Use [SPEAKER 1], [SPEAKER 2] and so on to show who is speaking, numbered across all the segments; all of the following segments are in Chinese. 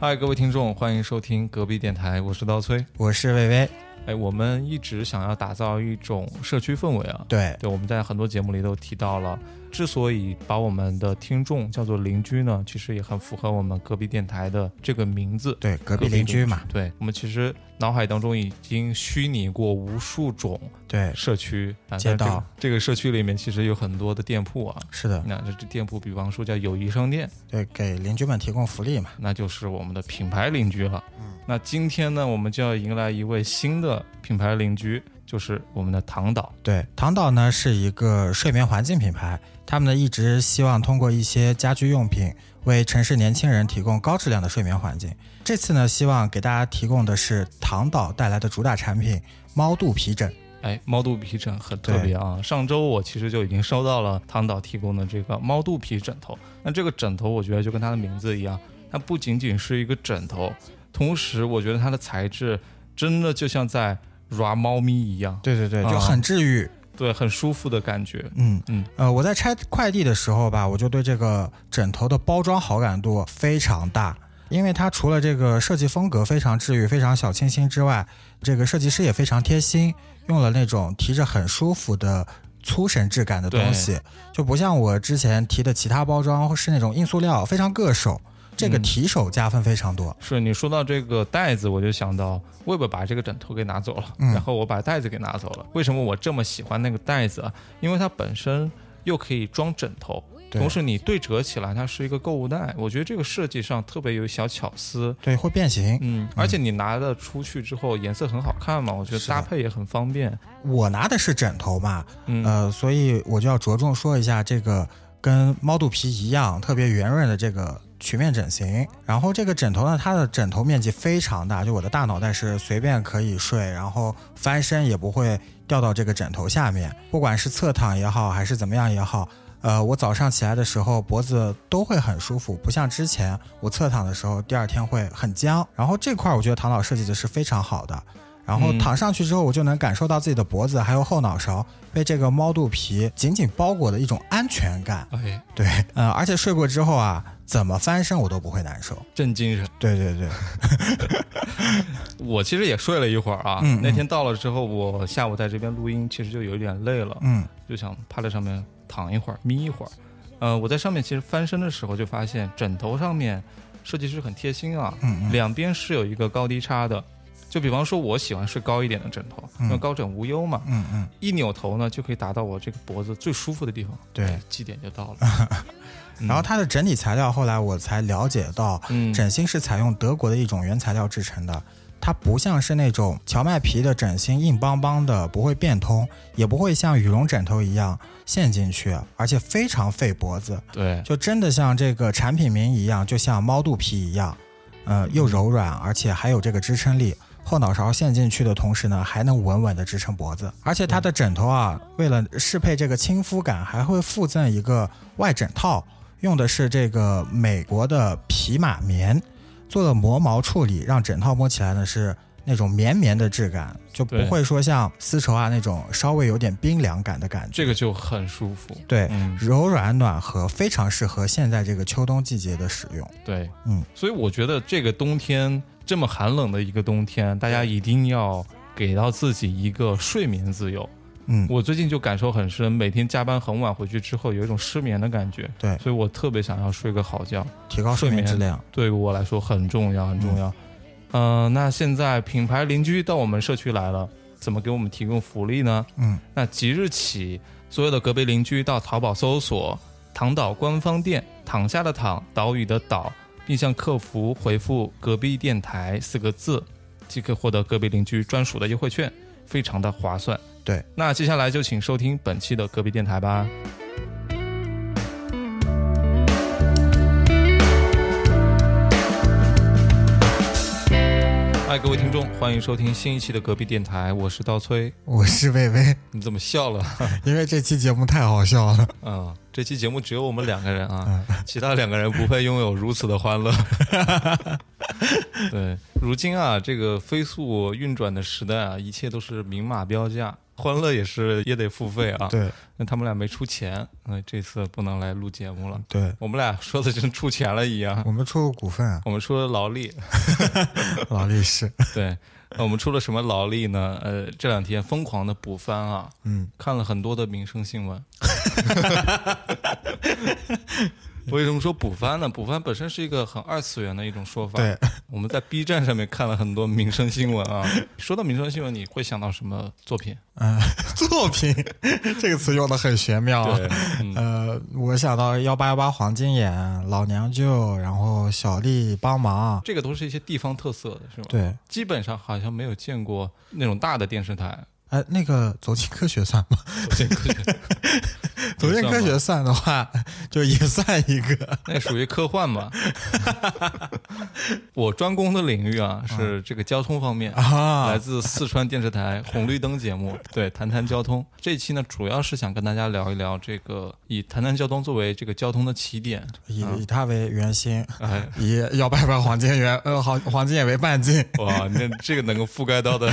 [SPEAKER 1] 嗨，各位听众，欢迎收听隔壁电台，我是刀崔。
[SPEAKER 2] 我是薇薇，
[SPEAKER 1] 哎，我们一直想要打造一种社区氛围啊。
[SPEAKER 2] 对
[SPEAKER 1] 对，我们在很多节目里都提到了，之所以把我们的听众叫做邻居呢，其实也很符合我们隔壁电台的这个名字。
[SPEAKER 2] 对，隔壁邻居嘛，
[SPEAKER 1] 对，我们其实脑海当中已经虚拟过无数种
[SPEAKER 2] 对，
[SPEAKER 1] 社区、啊、但
[SPEAKER 2] 街
[SPEAKER 1] 是这个
[SPEAKER 2] 道
[SPEAKER 1] 这个社区里面其实有很多的店铺啊。
[SPEAKER 2] 是的，
[SPEAKER 1] 那这这店铺，比方说叫友谊商店，
[SPEAKER 2] 对，给邻居们提供福利嘛，
[SPEAKER 1] 那就是我们的品牌邻居了。
[SPEAKER 2] 嗯，
[SPEAKER 1] 那今天呢，我们就要迎来一位新的品牌邻居，就是我们的唐导。
[SPEAKER 2] 对，唐岛呢是一个睡眠环境品牌，他们呢一直希望通过一些家居用品为城市年轻人提供高质量的睡眠环境。这次呢，希望给大家提供的是唐岛带来的主打产品猫肚皮枕。
[SPEAKER 1] 哎，猫肚皮枕很特别啊！上周我其实就已经收到了唐导提供的这个猫肚皮枕头。那这个枕头，我觉得就跟它的名字一样，它不仅仅是一个枕头，同时我觉得它的材质真的就像在抓猫咪一样，
[SPEAKER 2] 对对对，就
[SPEAKER 1] 啊
[SPEAKER 2] 很治愈。
[SPEAKER 1] 对，很舒服的感觉。
[SPEAKER 2] 嗯
[SPEAKER 1] 嗯
[SPEAKER 2] 嗯，呃，我在拆快递的时候吧，我就对这个枕头的包装好感度非常大，因为它除了这个设计风格非常治愈、非常小清新之外，这个设计师也非常贴心，用了那种提着很舒服的。粗绳质感的东西，就不像我之前提的其他包装是那种硬塑料，非常硌手。这个
[SPEAKER 1] 嗯
[SPEAKER 2] 提手加分非常多。
[SPEAKER 1] 是你说到这个袋子，我就想到 Web 把这个枕头给拿走了，
[SPEAKER 2] 嗯
[SPEAKER 1] 然后我把袋子给拿走了。为什么我这么喜欢那个袋子啊？因为它本身又可以装枕头，
[SPEAKER 2] 对
[SPEAKER 1] 同时你对折起来，它是一个购物袋。我觉得这个设计上特别有小巧思。
[SPEAKER 2] 对，会变形。
[SPEAKER 1] 嗯，而且你拿的出去之后，颜色很好看嘛，我觉得
[SPEAKER 2] 是的
[SPEAKER 1] 搭配也很方便。
[SPEAKER 2] 我拿的是枕头嘛，
[SPEAKER 1] 嗯，
[SPEAKER 2] 呃，所以我就要着重说一下这个跟猫肚皮一样特别圆润的这个曲面枕型。然后这个枕头呢，它的枕头面积非常大，就我的大脑袋是随便可以睡，然后翻身也不会掉到这个枕头下面，不管是侧躺也好，还是怎么样也好。呃，我早上起来的时候脖子都会很舒服，不像之前我侧躺的时候，第二天会很僵。然后这块儿我觉得唐老设计的是非常好的，然后
[SPEAKER 1] 嗯
[SPEAKER 2] 躺上去之后，我就能感受到自己的脖子还有后脑勺被这个猫肚皮紧紧包裹的一种安全感。
[SPEAKER 1] 哎，
[SPEAKER 2] 对，嗯、而且睡过之后啊，怎么翻身我都不会难受。
[SPEAKER 1] 真精神。
[SPEAKER 2] 对对对，
[SPEAKER 1] 我其实也睡了一会儿啊，
[SPEAKER 2] 嗯嗯
[SPEAKER 1] 那天到了之后，我下午在这边录音，其实就有一点累了。
[SPEAKER 2] 嗯，
[SPEAKER 1] 就想趴在上面躺一会儿，眯一会儿。呃，我在上面其实翻身的时候就发现枕头上面设计师很贴心啊，
[SPEAKER 2] 嗯
[SPEAKER 1] 两边是有一个高低差的。就比方说，我喜欢睡高一点的枕头，
[SPEAKER 2] 嗯
[SPEAKER 1] 因为高枕无忧嘛。
[SPEAKER 2] 嗯嗯，
[SPEAKER 1] 一扭头呢，就可以达到我这个脖子最舒服的地方。
[SPEAKER 2] 对。啊
[SPEAKER 1] 绩点就到了。嗯
[SPEAKER 2] 然后，它的整体材料，后来我才了解到，
[SPEAKER 1] 嗯，
[SPEAKER 2] 枕芯是采用德国的一种原材料制成的，它不像是那种荞麦皮的枕芯硬邦邦的，不会变通，也不会像羽绒枕头一样陷进去，而且非常费脖子。
[SPEAKER 1] 对，
[SPEAKER 2] 就真的像这个产品名一样，就像猫肚皮一样，呃，又柔软，而且还有这个支撑力。后脑勺陷进去的同时呢，还能稳稳的支撑脖子。而且它的枕头啊，为了适配这个亲肤感，还会附赠一个外枕套，用的是这个美国的皮马棉，做了磨毛处理，让枕套摸起来呢是那种绵绵的质感，就不
[SPEAKER 1] 对
[SPEAKER 2] 会说像丝绸啊那种稍微有点冰凉感的感觉。
[SPEAKER 1] 这个就很舒服。
[SPEAKER 2] 对，
[SPEAKER 1] 嗯，
[SPEAKER 2] 柔软暖和，非常适合现在这个秋冬季节的使用。
[SPEAKER 1] 对，
[SPEAKER 2] 嗯，
[SPEAKER 1] 所以我觉得这个冬天这么寒冷的一个冬天，大家一定要给到自己一个睡眠自由。
[SPEAKER 2] 嗯，
[SPEAKER 1] 我最近就感受很深，每天加班很晚回去之后，有一种失眠的感觉。
[SPEAKER 2] 对
[SPEAKER 1] 所以我特别想要睡个好觉，
[SPEAKER 2] 提高睡眠质量。
[SPEAKER 1] 对于我来说很重要，很重要。嗯、那现在品牌邻居到我们社区来了，怎么给我们提供福利呢？
[SPEAKER 2] 嗯，
[SPEAKER 1] 那即日起，所有的隔壁邻居到淘宝搜索“躺岛官方店”，躺下的躺，岛屿的岛，并向客服回复“隔壁电台”四个字，即可获得隔壁邻居专属的优惠券，非常的划算。
[SPEAKER 2] 对，
[SPEAKER 1] 那接下来就请收听本期的隔壁电台吧。嗨，各位听众，欢迎收听新一期的隔壁电台，我是刀崔。
[SPEAKER 2] 我是薇薇，
[SPEAKER 1] 你怎么笑了？
[SPEAKER 2] 因为这期节目太好笑了。
[SPEAKER 1] 嗯，这期节目只有我们两个人啊，其他两个人不配拥有如此的欢乐。对，如今啊，这个飞速运转的时代啊，一切都是明码标价，欢乐也是也得付费啊。
[SPEAKER 2] 对
[SPEAKER 1] 那他们俩没出钱，那这次不能来录节目了。
[SPEAKER 2] 对，
[SPEAKER 1] 我们俩说的跟出钱了一样，
[SPEAKER 2] 我们出股份啊，
[SPEAKER 1] 我们出了劳力，
[SPEAKER 2] 老 律师，
[SPEAKER 1] 对，那我们出了什么劳力呢？呃，这两天疯狂的补番啊，
[SPEAKER 2] 嗯，
[SPEAKER 1] 看了很多的民生新 闻。为什么说补番呢？补番本身是一个很二次元的一种说法。
[SPEAKER 2] 对，
[SPEAKER 1] 我们在 B 站上面看了很多民生新闻啊。说到民生新闻，你会想到什么作品？
[SPEAKER 2] 嗯， 作品这个词用的很玄妙啊。
[SPEAKER 1] 对，嗯，
[SPEAKER 2] 呃，我想到幺八幺八黄金眼、老娘舅，然后小丽帮忙，
[SPEAKER 1] 这个都是一些地方特色的，是吧？，
[SPEAKER 2] 对，
[SPEAKER 1] 基本上好像没有见过那种大的电视台。
[SPEAKER 2] 哎，那个走进科学算吗？，
[SPEAKER 1] 走进科学
[SPEAKER 2] 走进科
[SPEAKER 1] 也算
[SPEAKER 2] 学
[SPEAKER 1] 吧，
[SPEAKER 2] 算的话，就也算一个，
[SPEAKER 1] 那属于科幻 吧？我专攻的领域啊是这个交通方面
[SPEAKER 2] 啊
[SPEAKER 1] 来自四川电视 台红绿灯节目，对，谈谈交通。这一期呢，主要是想跟大家聊一聊这个以谈谈交通作为这个交通的起点，
[SPEAKER 2] 以
[SPEAKER 1] 嗯
[SPEAKER 2] 以它为圆心，
[SPEAKER 1] 哎。
[SPEAKER 2] 以幺八幺八黄金圆呃黄黄金眼为半 径，
[SPEAKER 1] 哇，那这个能够覆盖到的，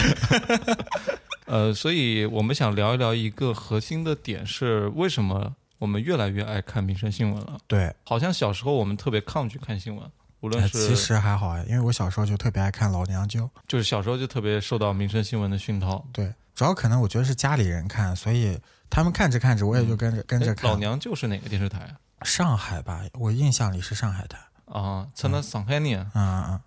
[SPEAKER 1] 呃，所以我们想聊一聊一个核心的点是，为什么我们越来越爱看民生新闻了？
[SPEAKER 2] 对。
[SPEAKER 1] 好像小时候我们特别抗拒看新闻，无论
[SPEAKER 2] 哎
[SPEAKER 1] 是、
[SPEAKER 2] 其实还好哎，因为我小时候就特别爱看《老娘舅》，
[SPEAKER 1] 就是小时候就特别受到民生新闻的熏陶。
[SPEAKER 2] 对，主要可能我觉得是家里人看，所以他们看着看着，我也就跟着、跟着
[SPEAKER 1] 哎老
[SPEAKER 2] 看。
[SPEAKER 1] 娘就是哪个电视台啊？
[SPEAKER 2] 上海吧，我印象里是上海台，
[SPEAKER 1] 啊，才能上海呢。
[SPEAKER 2] 嗯嗯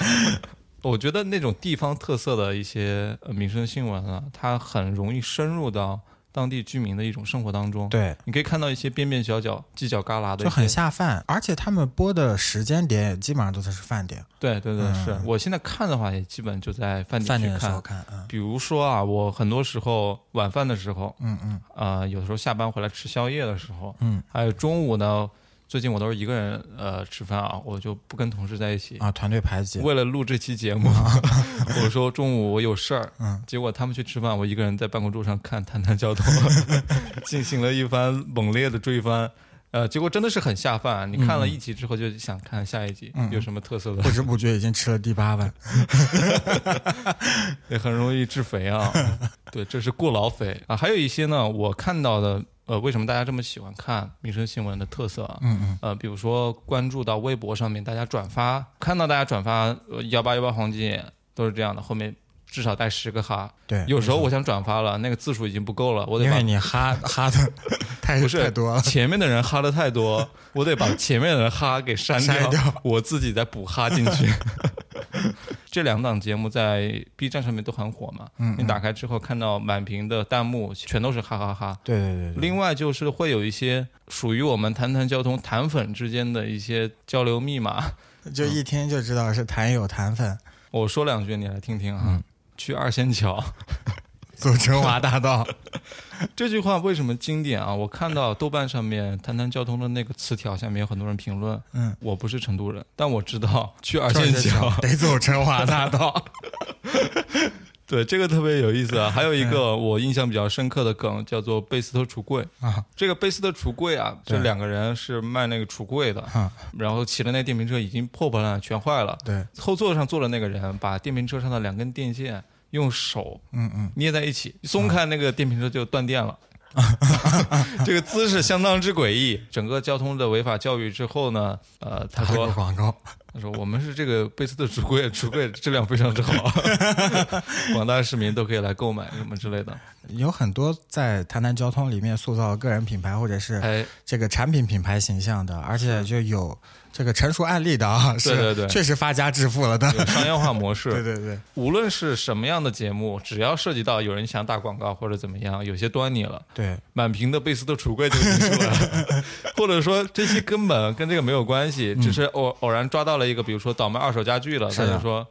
[SPEAKER 2] 嗯，
[SPEAKER 1] 我觉得那种地方特色的一些呃民生新闻啊，它很容易深入到当地居民的一种生活当中。，
[SPEAKER 2] 对，
[SPEAKER 1] 你可以看到一些边边角角、犄角旮旯的一些，
[SPEAKER 2] 就很下饭，而且他们播的时间点也基本上都是饭点，
[SPEAKER 1] 对对对，
[SPEAKER 2] 嗯
[SPEAKER 1] 是我现在看的话，也基本就在饭
[SPEAKER 2] 饭
[SPEAKER 1] 店
[SPEAKER 2] 点
[SPEAKER 1] 去
[SPEAKER 2] 的时候
[SPEAKER 1] 看。
[SPEAKER 2] 看，嗯
[SPEAKER 1] 比如说啊，我很多时候晚饭的时候，
[SPEAKER 2] 嗯嗯
[SPEAKER 1] 呃，有时候下班回来吃宵夜的时候，
[SPEAKER 2] 嗯，
[SPEAKER 1] 还有中午呢，最近我都是一个人呃吃饭啊，我就不跟同事在一起。
[SPEAKER 2] 啊，团队排挤，
[SPEAKER 1] 为了录这期节目，我说中午我有事儿，
[SPEAKER 2] 嗯
[SPEAKER 1] 结果他们去吃饭，我一个人在办公桌上看《谈谈 交通》，进行了一番猛烈的追番。呃，结果真的是很下饭。你看了一集之后，就想看下一集、
[SPEAKER 2] 嗯
[SPEAKER 1] 有什么特色的
[SPEAKER 2] 不，知不觉已经吃了第八碗，
[SPEAKER 1] 也很容易致肥 啊。对，这是过劳肥啊。还有一些呢，我看到的，呃，为什么大家这么喜欢看民生新闻的特色啊？
[SPEAKER 2] 嗯嗯，
[SPEAKER 1] 呃，比如说关注到微博上面，大家转发，看到大家转发呃幺八幺八黄金眼都是这样的，后面至少带十个哈。
[SPEAKER 2] 对，
[SPEAKER 1] 有时候我想转发了，那个字数已经不够了，我得
[SPEAKER 2] 因为
[SPEAKER 1] 把
[SPEAKER 2] 你哈 哈的太
[SPEAKER 1] 不是
[SPEAKER 2] 太多了，
[SPEAKER 1] 前面的人哈的太多，我得把前面的人哈给 删掉，
[SPEAKER 2] 删掉
[SPEAKER 1] 我自己再补哈进去。 这两档节目在 B 站上面都很火嘛，
[SPEAKER 2] 嗯，
[SPEAKER 1] 你打
[SPEAKER 2] 嗯
[SPEAKER 1] 开之后看到满屏的弹幕全都是哈哈哈。
[SPEAKER 2] 对对对对，
[SPEAKER 1] 另外就是会有一些属于我们谈谈交通谈粉之间的一些交流密码，
[SPEAKER 2] 就一听就知道是坛友坛粉，
[SPEAKER 1] 我说两句，你来听听啊。
[SPEAKER 2] 嗯
[SPEAKER 1] 去二仙桥
[SPEAKER 2] 走成华大道，
[SPEAKER 1] 这句话为什么经典啊？我看到豆瓣上面谈谈交通的那个词条下面有很多人评论。
[SPEAKER 2] 嗯，
[SPEAKER 1] 我不是成都人，但我知道去二仙桥。
[SPEAKER 2] 得走成华 大道，
[SPEAKER 1] 对，这个特别有意思啊。还有一个我印象比较深刻的梗叫做贝斯特橱柜
[SPEAKER 2] 嗯啊。
[SPEAKER 1] 这个贝斯特橱柜啊，
[SPEAKER 2] 对
[SPEAKER 1] 这两个人是卖那个橱柜的，
[SPEAKER 2] 哈，
[SPEAKER 1] 然后骑的那电瓶车已经破破烂烂，全坏了。
[SPEAKER 2] 嗯对，
[SPEAKER 1] 后座上坐的那个人把电瓶车上的两根电线用手
[SPEAKER 2] 嗯嗯，
[SPEAKER 1] 捏在一起，松开那个电瓶车就断电 了。这个姿势相当之诡异。整个交通的违法教育之后呢，呃，他
[SPEAKER 2] 打个
[SPEAKER 1] 说
[SPEAKER 2] 广告，
[SPEAKER 1] 他说我们是这个贝斯特橱柜，橱柜质量非常之 好，广大市民都可以来购买什么之类的。
[SPEAKER 2] 有很多在谈谈交通里面塑造个人品牌或者是
[SPEAKER 1] 哎，
[SPEAKER 2] 这个产品品牌形象的，而且就有这个成熟案例的啊，是
[SPEAKER 1] 对对
[SPEAKER 2] 确实发家致富了的。
[SPEAKER 1] 有商业化模
[SPEAKER 2] 对
[SPEAKER 1] 式，
[SPEAKER 2] 对对，
[SPEAKER 1] 无论是什么样的节目，只要涉及到有人想打广告或者怎么样，有些端倪了。
[SPEAKER 2] 对
[SPEAKER 1] 满屏的贝斯特橱柜就引出来 了，或者说这些根本跟这个没有关系，只是偶偶然抓到了一个，比如说倒卖二手家具了，
[SPEAKER 2] 嗯是啊
[SPEAKER 1] 他
[SPEAKER 2] 的
[SPEAKER 1] 就说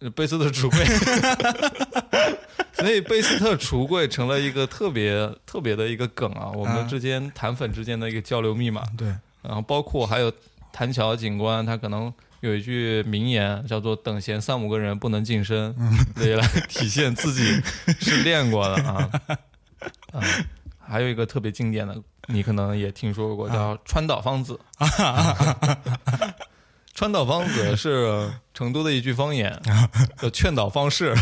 [SPEAKER 1] 呃贝斯特橱 柜，所以贝斯特橱柜成了一个特别特别的一个梗啊，我
[SPEAKER 2] 啊
[SPEAKER 1] 们之间谈粉之间的一个交流密码，
[SPEAKER 2] 对，
[SPEAKER 1] 然后包括还有谭桥警官，他可能。有一句名言叫做“等闲三五个人不能近身”，对，来体现自己是练过的啊。啊，还有一个特别经典的，你可能也听说过，叫川岛芳子。川岛芳子是成都的一句方言，叫劝导方式。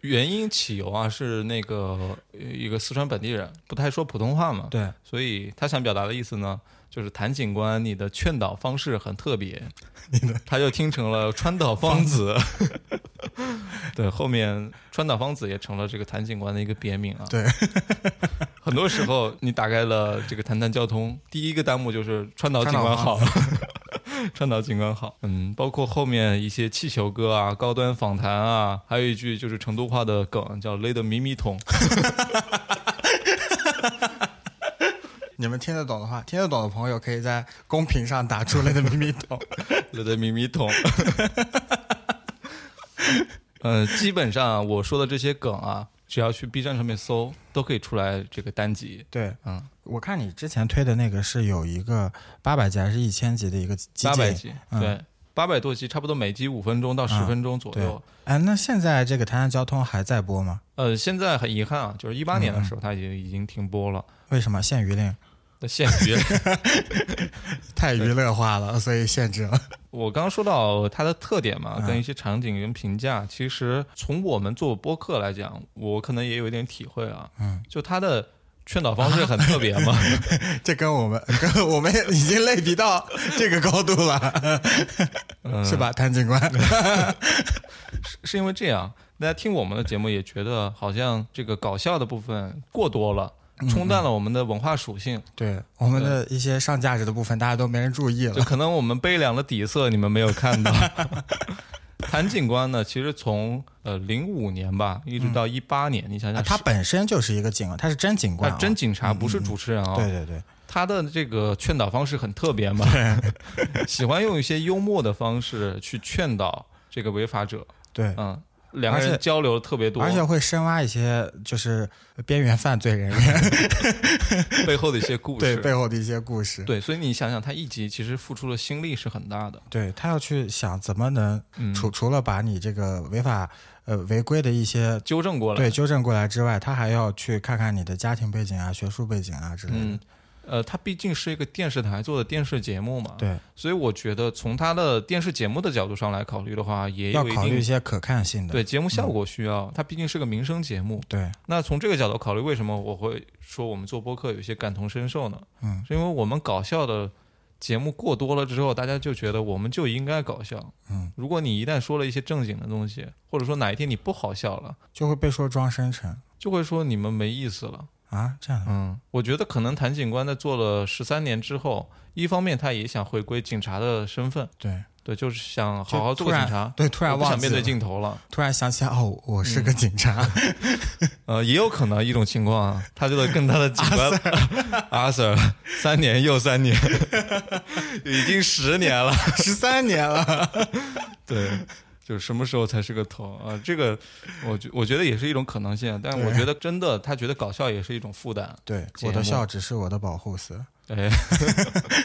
[SPEAKER 1] 原因起由啊是那个呃一个四川本地人，不太说普通话嘛，
[SPEAKER 2] 对，
[SPEAKER 1] 所以他想表达的意思呢，就是谭警官你的劝导方式很特别，他就听成了川岛芳 子，对，后面川岛芳子也成了这个谭警官的一个别名啊。
[SPEAKER 2] 对，
[SPEAKER 1] 很多时候你打开了这个《谈谈交通》，第一个弹幕就是川岛警官好。 川岛警官好，嗯，包括后面一些气球歌啊、高端访谈啊，还有一句就是成都话的梗，叫勒得米米桶。
[SPEAKER 2] 你们听得懂的话，听得懂的朋友可以在公屏上打出来的秘密桶。
[SPEAKER 1] 乐得米米桶。 呃，基本上我说的这些梗啊，只要去 B 站上面搜，都可以出来这个单集。
[SPEAKER 2] 对，
[SPEAKER 1] 嗯，
[SPEAKER 2] 我看你之前推的那个是有一个八百集还是一千集的一个集
[SPEAKER 1] 八百
[SPEAKER 2] 锦。
[SPEAKER 1] 集，
[SPEAKER 2] 嗯
[SPEAKER 1] 对，八百多集，差不多每集五分钟到十分钟左右。
[SPEAKER 2] 哎，那现在这个《谈谈交通》还在播吗？
[SPEAKER 1] 呃，现在很遗憾啊，就是一八年的时候，
[SPEAKER 2] 嗯
[SPEAKER 1] 它已经已经停播了。
[SPEAKER 2] 为什么限娱令？
[SPEAKER 1] 那限娱，
[SPEAKER 2] 太娱乐化了，所以限制了。
[SPEAKER 1] 我刚刚说到它的特点嘛，
[SPEAKER 2] 嗯
[SPEAKER 1] 跟一些场景跟评价，其实从我们做播客来讲，我可能也有一点体会啊。
[SPEAKER 2] 嗯，
[SPEAKER 1] 就它的劝导方式很特别 嘛。
[SPEAKER 2] 这跟我们跟我们已经类比到这个高度了，
[SPEAKER 1] 嗯
[SPEAKER 2] 是吧，谭警官？
[SPEAKER 1] 是因为这样，大家听我们的节目也觉得好像这个搞笑的部分过多了，
[SPEAKER 2] 嗯
[SPEAKER 1] 冲淡了我们的文化属性，
[SPEAKER 2] 对，我们的一些上价值的部分，大家都没人注意
[SPEAKER 1] 就
[SPEAKER 2] 了。
[SPEAKER 1] 可能我们悲凉的底色你们没有看到。 谭警官呢，其实从呃零五年吧，一直到一八年，你想
[SPEAKER 2] 啊
[SPEAKER 1] 想
[SPEAKER 2] 他
[SPEAKER 1] 是
[SPEAKER 2] 本身就是一个警官，他是真警官、
[SPEAKER 1] 啊真。警察不是主持人啊、
[SPEAKER 2] 嗯对对对，
[SPEAKER 1] 他的这个劝导方式很特别嘛， 喜欢用一些幽默的方式去劝导这个违法者，
[SPEAKER 2] 对，
[SPEAKER 1] 嗯，两个
[SPEAKER 2] 而且
[SPEAKER 1] 人交流得特别多，
[SPEAKER 2] 而且会深挖一些就是边缘犯罪人 员
[SPEAKER 1] 背后的一些故
[SPEAKER 2] 对
[SPEAKER 1] 事，
[SPEAKER 2] 背后的一些故事。
[SPEAKER 1] 对，所以你想想，他一集其实付出了心力是很大的。
[SPEAKER 2] 对他要去想怎么能
[SPEAKER 1] 嗯，
[SPEAKER 2] 除除了把你这个违法呃违规的一些
[SPEAKER 1] 纠正过来。
[SPEAKER 2] 对，纠正过来之外，他还要去看看你的家庭背景啊、学术背景啊之类的。
[SPEAKER 1] 嗯，呃，它毕竟是一个电视台做的电视节目嘛，
[SPEAKER 2] 对，
[SPEAKER 1] 所以我觉得从它的电视节目的角度上来考虑的话，也
[SPEAKER 2] 要
[SPEAKER 1] 有一
[SPEAKER 2] 考虑一
[SPEAKER 1] 定。
[SPEAKER 2] 些可看性的。嗯
[SPEAKER 1] 对节目效果需要，它毕竟是个民生节目。
[SPEAKER 2] 对
[SPEAKER 1] 那从这个角度考虑，为什么我会说我们做播客有些感同身受呢？
[SPEAKER 2] 嗯，
[SPEAKER 1] 是因为我们搞笑的节目过多了之后，大家就觉得我们就应该搞笑。
[SPEAKER 2] 嗯，
[SPEAKER 1] 如果你一旦说了一些正经的东西，或者说哪一天你不好笑了，
[SPEAKER 2] 就会被说装深沉
[SPEAKER 1] 就会说你们没意思了。
[SPEAKER 2] 啊，这样的。
[SPEAKER 1] 嗯，我觉得可能谭警官在做了十三年之后，一方面他也想回归警察的身份，
[SPEAKER 2] 对
[SPEAKER 1] 对，就是想好好
[SPEAKER 2] 就
[SPEAKER 1] 做个警察，
[SPEAKER 2] 对，突
[SPEAKER 1] 不
[SPEAKER 2] 然
[SPEAKER 1] 想
[SPEAKER 2] 忘记
[SPEAKER 1] 面对嗯
[SPEAKER 2] 了，
[SPEAKER 1] 镜头了。
[SPEAKER 2] 突然想起来，哦，我是个警察。
[SPEAKER 1] 呃，也有可能一种情况啊，他就跟他的警官阿 Sir 三年又三年， 已经十年了，
[SPEAKER 2] 十三年了，
[SPEAKER 1] 对。就是什么时候才是个头啊？这个，我觉我觉得也是一种可能性，啊但我
[SPEAKER 2] 对
[SPEAKER 1] 觉得真的，他觉得搞笑也是一种负担。
[SPEAKER 2] 对，
[SPEAKER 1] 节
[SPEAKER 2] 我的
[SPEAKER 1] 目
[SPEAKER 2] 笑只是我的保护色。
[SPEAKER 1] 哎，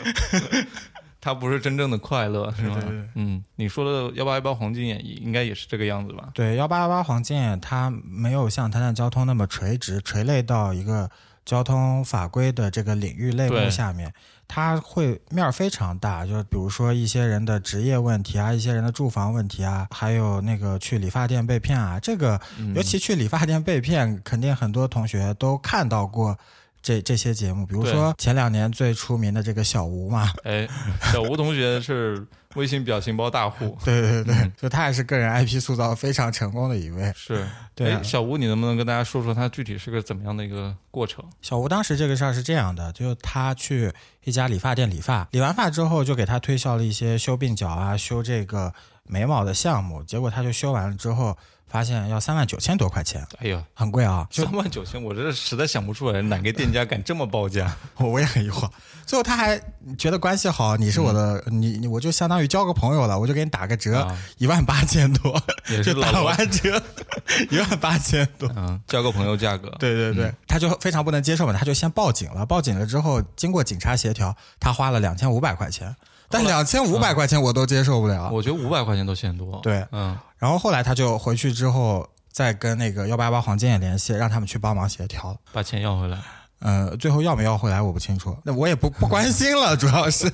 [SPEAKER 1] 他不是真正的快乐，是吗？
[SPEAKER 2] 对对对
[SPEAKER 1] 嗯，你说的幺八幺八黄金眼应该也是这个样子吧？
[SPEAKER 2] 对，幺八幺八黄金它没有像谈谈交通那么垂直垂类到一个交通法规的这个领域类目
[SPEAKER 1] 对
[SPEAKER 2] 下面，它会面儿非常大，就是比如说一些人的职业问题啊，一些人的住房问题啊，还有那个去理发店被骗啊，这个
[SPEAKER 1] 嗯
[SPEAKER 2] 尤其去理发店被骗，肯定很多同学都看到过。这这些节目，比如
[SPEAKER 1] 对
[SPEAKER 2] 说前两年最出名的这个小 吴嘛，，
[SPEAKER 1] 哎，小吴同学是微信表情包大户
[SPEAKER 2] 对对对，
[SPEAKER 1] 嗯
[SPEAKER 2] 就他也是个人 IP 塑造非常成功的一位。
[SPEAKER 1] 是。
[SPEAKER 2] 对啊
[SPEAKER 1] 哎，小吴，你能不能跟大家说说他具体是个怎么样的一个过程？
[SPEAKER 2] 小吴当时这个事儿是这样的，就是他去一家理发店理发，理完发之后就给他推销了一些修鬓角啊、修这个眉毛的项目，结果他就修完了之后，发现要三万九千多块钱，
[SPEAKER 1] 哎呀，
[SPEAKER 2] 很贵啊！就
[SPEAKER 1] 三万九千，我这实在想不出来哪个店家敢这么报 价。
[SPEAKER 2] 我也很疑惑。最后他还觉得关系好，你是我的，你你我就相当于交个朋友了，我就给你打个折
[SPEAKER 1] 嗯啊，
[SPEAKER 2] 一万八千多，
[SPEAKER 1] 也是
[SPEAKER 2] 就打
[SPEAKER 1] 老罗
[SPEAKER 2] 完折 一万八千多。
[SPEAKER 1] 嗯，交个朋友价格。
[SPEAKER 2] 对对对，他就非常不能接受嘛，他就先报警了。报警了之后，经过警察协调，他花了两千五百块钱，但两千五百块钱我都接受不了。
[SPEAKER 1] 我觉得五百块钱都嫌多。
[SPEAKER 2] 对
[SPEAKER 1] 嗯，
[SPEAKER 2] 然后后来他就回去之后，再跟那个幺八八黄金也联系，让他们去帮忙协调。
[SPEAKER 1] 把钱要回来。
[SPEAKER 2] 呃，最后要没要回来我不清楚，那我也不不关心了，主要是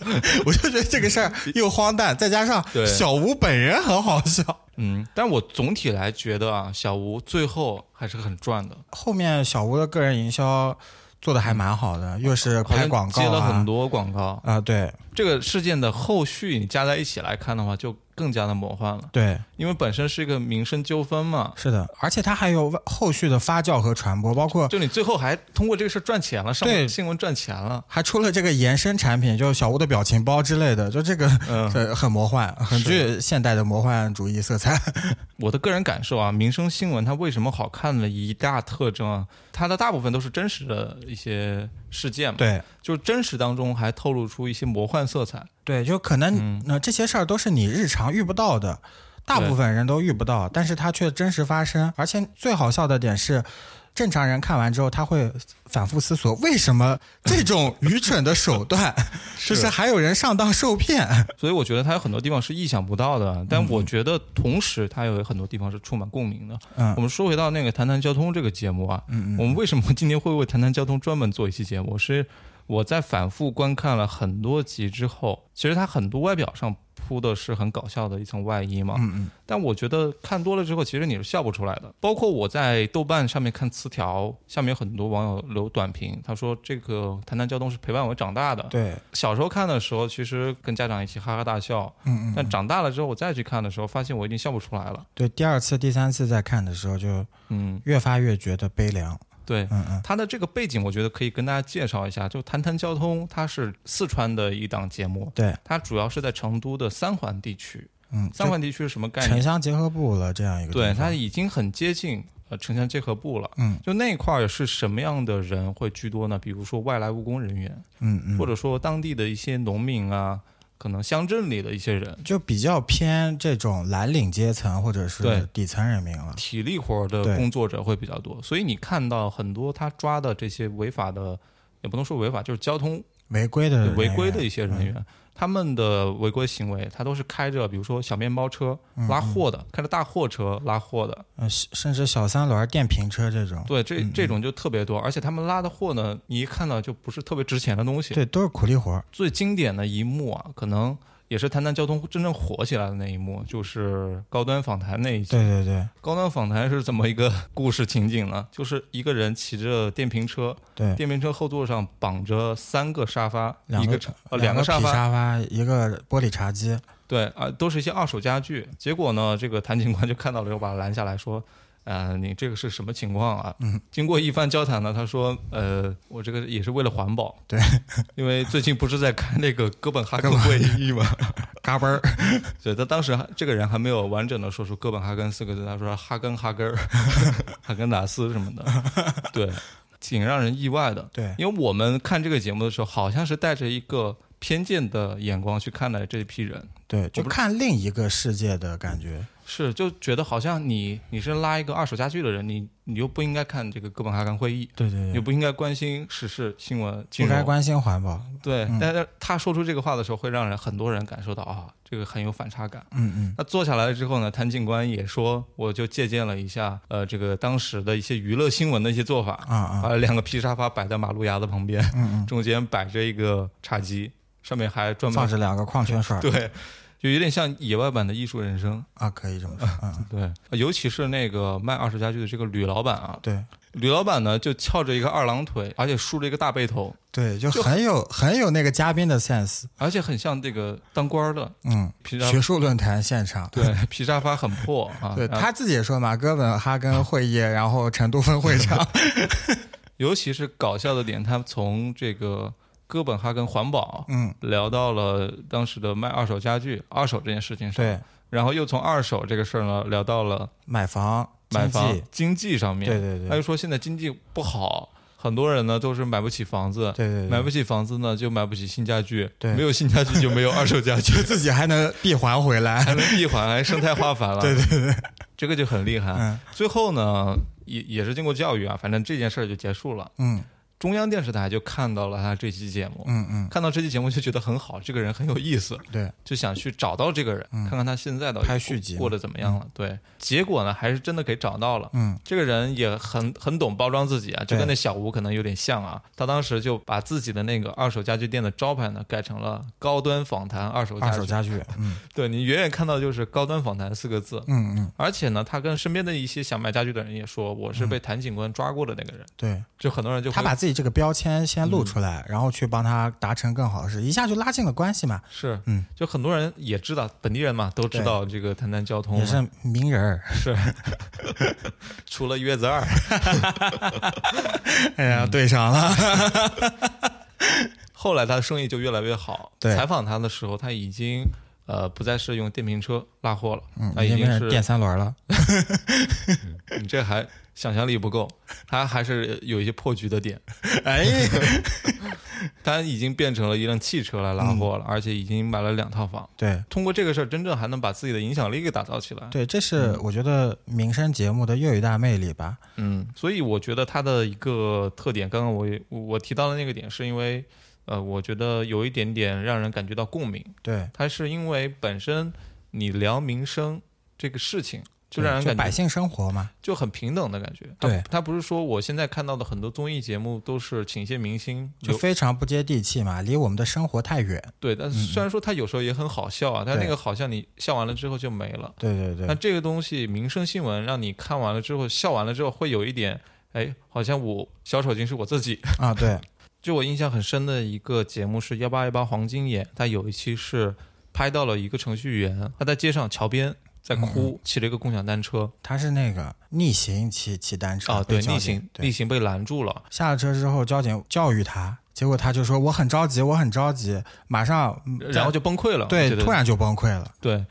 [SPEAKER 2] 我就觉得这个事儿又荒诞，再加上
[SPEAKER 1] 对
[SPEAKER 2] 小吴本人很好笑。
[SPEAKER 1] 嗯，但我总体来觉得啊，小吴最后还是很赚的，
[SPEAKER 2] 后面小吴的个人营销做的还蛮好的，又是
[SPEAKER 1] 好
[SPEAKER 2] 拍
[SPEAKER 1] 像
[SPEAKER 2] 广告、啊、
[SPEAKER 1] 接了很多广告。
[SPEAKER 2] 啊、对
[SPEAKER 1] 这个事件的后续你加在一起来看的话，就更加的魔幻了，
[SPEAKER 2] 对，
[SPEAKER 1] 因为本身是一个民生纠纷嘛，
[SPEAKER 2] 是的，而且他还有后续的发酵和传播，包括
[SPEAKER 1] 就你最后还通过这个事儿赚钱了，上
[SPEAKER 2] 对
[SPEAKER 1] 新闻赚钱 了，
[SPEAKER 2] 还出了这个延伸产品，就是小吴的表情包之类的，就这个、
[SPEAKER 1] 嗯
[SPEAKER 2] 呃很魔幻，很具现代的魔幻主义色彩。
[SPEAKER 1] 我的个人感受啊，民生新闻它为什么好看的一大特征啊，它的大部分都是真实的一些事件嘛，，
[SPEAKER 2] 对
[SPEAKER 1] 就是真实当中还透露出一些魔幻色彩，
[SPEAKER 2] 对，就可能那、这些事儿都是你日常遇不到的，大部分人都遇不到，但是它却真实发生。而且最好笑的点是。正常人看完之后，他会反复思索，为什么这 种愚蠢的手段，就是还有人上当受 骗？
[SPEAKER 1] 所以我觉得它有很多地方是意想不到的，
[SPEAKER 2] 嗯
[SPEAKER 1] 但我觉得同时它有很多地方是充满共鸣的。
[SPEAKER 2] 嗯
[SPEAKER 1] 我们说回到那个《谈谈交通》这个节目啊，
[SPEAKER 2] 嗯
[SPEAKER 1] 我们为什么今天会为《谈谈交通》专门做一期节目？是我在反复观看了很多集之后，其实它很多外表上铺的是很搞笑的一层外衣嘛，
[SPEAKER 2] 嗯嗯，
[SPEAKER 1] 但我觉得看多了之后，其实你是笑不出来的。包括我在豆瓣上面看词条，下面有很多网友留短评，他说这个《谈谈交通》是陪伴我长大的。
[SPEAKER 2] 对，
[SPEAKER 1] 小时候看的时候，其实跟家长一起哈哈大笑，
[SPEAKER 2] 嗯嗯，
[SPEAKER 1] 但长大了之后我再去看的时候，发现我已经笑不出来了。
[SPEAKER 2] 对。第二次、第三次再看的时候，就
[SPEAKER 1] 嗯，
[SPEAKER 2] 越发越觉得悲凉。
[SPEAKER 1] 对。
[SPEAKER 2] 嗯嗯，
[SPEAKER 1] 它的这个背景，我觉得可以跟大家介绍一下。就《谈谈交通》，它是四川的一档节目，
[SPEAKER 2] 对，
[SPEAKER 1] 它主要是在成都的三环地区。
[SPEAKER 2] 嗯，
[SPEAKER 1] 三环地区是什么概念
[SPEAKER 2] 城？乡结合部了这样一个地
[SPEAKER 1] 对，
[SPEAKER 2] 方，
[SPEAKER 1] 它已经很接近呃城乡结合部了。
[SPEAKER 2] 嗯
[SPEAKER 1] 就那一块儿是什么样的人会居多呢？比如说外来务工人员，
[SPEAKER 2] 嗯嗯，
[SPEAKER 1] 或者说当地的一些农民啊，可能乡镇里的一些人，
[SPEAKER 2] 就比较偏这种蓝领阶层或者
[SPEAKER 1] 对
[SPEAKER 2] 是底层人民了。
[SPEAKER 1] 体力活儿的
[SPEAKER 2] 对
[SPEAKER 1] 工作者会比较多。所以你看到很多他抓的这些违法的，也不能说违法，就是交通
[SPEAKER 2] 违规的人
[SPEAKER 1] 违
[SPEAKER 2] 员
[SPEAKER 1] 规的一些人员，他们的违规行为，他都是开着比如说小面包车
[SPEAKER 2] 嗯
[SPEAKER 1] 拉货的，开着大货车拉货的，
[SPEAKER 2] 呃甚甚至小三轮电瓶车这种，
[SPEAKER 1] 对，这这种就特别多。而且他们拉的货呢，你一看到就不是特别值钱的东西。
[SPEAKER 2] 对，都是苦力活儿。
[SPEAKER 1] 最经典的一幕啊，可能也是谈谈交通真正火起来的那一幕，就是高端访谈那一集。
[SPEAKER 2] 对对对
[SPEAKER 1] 高端访谈是怎么一个故事情景呢？ 就是一个人骑着电瓶车，
[SPEAKER 2] 对，
[SPEAKER 1] 电瓶车后座上绑着三个沙发，
[SPEAKER 2] 两
[SPEAKER 1] 一
[SPEAKER 2] 个
[SPEAKER 1] 个长呃两
[SPEAKER 2] 个
[SPEAKER 1] 个沙
[SPEAKER 2] 皮
[SPEAKER 1] 发，
[SPEAKER 2] 沙发，一个玻璃 茶几，
[SPEAKER 1] 对啊、都是一些二手家具。结果呢，这个谭警官就看到了，又把他拦下来说。呃，你这个是什么情况啊？嗯，经过一番交谈呢，他说，呃，我这个也是为了环保，
[SPEAKER 2] 对，
[SPEAKER 1] 因为最近不是在看那个哥本哈根会议 吗？
[SPEAKER 2] 嘎嘣儿。
[SPEAKER 1] 对他当时还这个人还没有完整的说出哥本哈根四个字，他说哈根哈根儿、 哈根达斯什么的，对，挺让人意外的。
[SPEAKER 2] 对
[SPEAKER 1] 因为我们看这个节目的时候，好像是带着一个偏见的眼光去看待这一批人，
[SPEAKER 2] 对，就
[SPEAKER 1] 不
[SPEAKER 2] 看另一个世界的感觉。
[SPEAKER 1] 是就觉得好像你你是拉一个二手家具的人，你你又不应该看这个哥本哈根会议，
[SPEAKER 2] 对对
[SPEAKER 1] 你
[SPEAKER 2] 对，
[SPEAKER 1] 不应该关心时事新闻，金
[SPEAKER 2] 不该
[SPEAKER 1] 融。
[SPEAKER 2] 关嗯心环保。
[SPEAKER 1] 对，但是他说出这个话的时候，会让人很多人感受到啊，这个很有反差感。
[SPEAKER 2] 嗯嗯，
[SPEAKER 1] 那坐下来之后呢，谭警官也说，我就借鉴了一下，呃，这个当时的一些娱乐新闻的一些做法，
[SPEAKER 2] 啊嗯啊，
[SPEAKER 1] 把两个皮沙发摆在马路牙子旁边，中间摆着一个茶几，上面还专
[SPEAKER 2] 放
[SPEAKER 1] 门
[SPEAKER 2] 着两个矿泉水儿
[SPEAKER 1] 对，就有点像野外版的艺术人生。
[SPEAKER 2] 啊，可以 这么说。嗯，
[SPEAKER 1] 对，尤其是那个卖二手家具的这个吕老板啊，
[SPEAKER 2] 对
[SPEAKER 1] 吕老板呢就翘着一个二郎腿，而且梳着一个大背头，
[SPEAKER 2] 对，就很有很有那个嘉宾的 sense。
[SPEAKER 1] 而且很像这个当官儿的
[SPEAKER 2] 嗯，
[SPEAKER 1] 皮沙
[SPEAKER 2] 学术论坛现场。
[SPEAKER 1] 对皮沙发很破啊，
[SPEAKER 2] 对
[SPEAKER 1] 然后
[SPEAKER 2] 他自己也说嘛，哥本哈根会议，然后成都分 会场，
[SPEAKER 1] 尤其是搞笑的点，他从这个哥本哈根环保，
[SPEAKER 2] 嗯，
[SPEAKER 1] 聊到了当时的卖二手家具、二手这件事情上，
[SPEAKER 2] 对，
[SPEAKER 1] 然后又从二手这个事儿呢聊到了
[SPEAKER 2] 买房、
[SPEAKER 1] 买
[SPEAKER 2] 经济
[SPEAKER 1] 房哎经济上面，
[SPEAKER 2] 对对对
[SPEAKER 1] 他
[SPEAKER 2] 对
[SPEAKER 1] 就说现在经济不好，很多人呢都是买不起房子，
[SPEAKER 2] 对
[SPEAKER 1] 买
[SPEAKER 2] 对，
[SPEAKER 1] 不起房子呢就买不起新家具，
[SPEAKER 2] 对，
[SPEAKER 1] 没有新家具就没有二手家具
[SPEAKER 2] 自己还能闭环回
[SPEAKER 1] 还
[SPEAKER 2] 来，
[SPEAKER 1] 能闭环，还生态化反了，
[SPEAKER 2] 对对对，
[SPEAKER 1] 这个就很厉害。
[SPEAKER 2] 嗯
[SPEAKER 1] 最后呢，也也是经过教育啊，反正这件事儿就结束了。
[SPEAKER 2] 嗯，
[SPEAKER 1] 中央电视台就看到了他这期节目，
[SPEAKER 2] 嗯嗯，
[SPEAKER 1] 看到这期节目就觉得很好，这个人很有意思，
[SPEAKER 2] 对，
[SPEAKER 1] 就想去找到这个人，看看他现在到底
[SPEAKER 2] 嗯拍续集嘛
[SPEAKER 1] 过得怎么样了。对，结果呢，还是真的给找到了。
[SPEAKER 2] 嗯
[SPEAKER 1] 这个人也很很懂包装自己啊，就
[SPEAKER 2] 对
[SPEAKER 1] 跟那小吴可能有点像啊。他当时就把自己的那个二手家具店的招牌呢改成了“高端访谈二手家
[SPEAKER 2] 二
[SPEAKER 1] 具”，
[SPEAKER 2] 手家具，嗯
[SPEAKER 1] 对你远远看到就是“高端访谈”四个字。
[SPEAKER 2] 嗯嗯，
[SPEAKER 1] 而且呢，他跟身边的一些想买家具的人也说，我是被谭警官抓过的那个人。
[SPEAKER 2] 对
[SPEAKER 1] 就很多人就会
[SPEAKER 2] 嗯
[SPEAKER 1] 嗯
[SPEAKER 2] 他把自己这个标签先露出来，然后去帮他达成更好的事，一下就拉近了关系嘛，
[SPEAKER 1] 是，
[SPEAKER 2] 嗯，
[SPEAKER 1] 就很多人也知道，本地人嘛都知道这个谈谈交通
[SPEAKER 2] 也
[SPEAKER 1] 嘛，
[SPEAKER 2] 是名人儿。
[SPEAKER 1] 是除了月子 二，嗯
[SPEAKER 2] 哎呀，对上了，
[SPEAKER 1] 后来他的生意就越来越好。
[SPEAKER 2] 对
[SPEAKER 1] 采访他的时候，他已经呃不再是用电瓶车拉货了，
[SPEAKER 2] 嗯，
[SPEAKER 1] 他
[SPEAKER 2] 已
[SPEAKER 1] 已
[SPEAKER 2] 经
[SPEAKER 1] 经
[SPEAKER 2] 变成
[SPEAKER 1] 是
[SPEAKER 2] 电三轮了。
[SPEAKER 1] 你这还想象力不够，他还是有一些破局的点，
[SPEAKER 2] 哎，
[SPEAKER 1] 他已经变成了一辆汽车来拉货
[SPEAKER 2] 嗯
[SPEAKER 1] 了，而且已经买了两套房。
[SPEAKER 2] 对
[SPEAKER 1] 通过这个事儿，真正还能把自己的影响力给打造起来。
[SPEAKER 2] 对，这是我觉得民生节目的又一大魅力吧。
[SPEAKER 1] 嗯，所以我觉得它的一个特点，刚刚我也我提到的那个点，是因为呃，我觉得有一点点让人感觉到共鸣。
[SPEAKER 2] 对，
[SPEAKER 1] 它是因为本身你聊民生这个事情，就让人
[SPEAKER 2] 对
[SPEAKER 1] 感
[SPEAKER 2] 百
[SPEAKER 1] 觉
[SPEAKER 2] 姓生活嘛。
[SPEAKER 1] 就很平等的感觉。它
[SPEAKER 2] 对
[SPEAKER 1] 它不是说我现在看到的很多综艺节目都是请一些明星
[SPEAKER 2] 就
[SPEAKER 1] 有
[SPEAKER 2] 非常不接地气嘛，离我们的生活太远。
[SPEAKER 1] 对，但是虽然说它有时候也很好笑啊，但是
[SPEAKER 2] 对
[SPEAKER 1] 那个好笑你笑完了之后就没了。
[SPEAKER 2] 对对
[SPEAKER 1] 那
[SPEAKER 2] 对，
[SPEAKER 1] 这个东西，民生新闻让你看完了之后笑完了之后，会有一点，哎，好像我小丑竟是我自己，
[SPEAKER 2] 啊对，
[SPEAKER 1] 就我印象很深的一个节目是幺八幺八黄金眼，它有一期是拍到了一个程序员，他在街上桥边在
[SPEAKER 2] 嗯
[SPEAKER 1] 哭，骑了一个共享单车
[SPEAKER 2] 他是那个逆行骑骑单车
[SPEAKER 1] 啊，
[SPEAKER 2] 被
[SPEAKER 1] 对，
[SPEAKER 2] 交
[SPEAKER 1] 逆
[SPEAKER 2] 警
[SPEAKER 1] 行
[SPEAKER 2] 对
[SPEAKER 1] 逆行被拦住了，
[SPEAKER 2] 下了车之后，交警教育他，结果他就说我很着急，我很着急，马上，嗯
[SPEAKER 1] 然后就崩溃了，我
[SPEAKER 2] 对
[SPEAKER 1] 觉，得
[SPEAKER 2] 突然就崩溃了。
[SPEAKER 1] 对。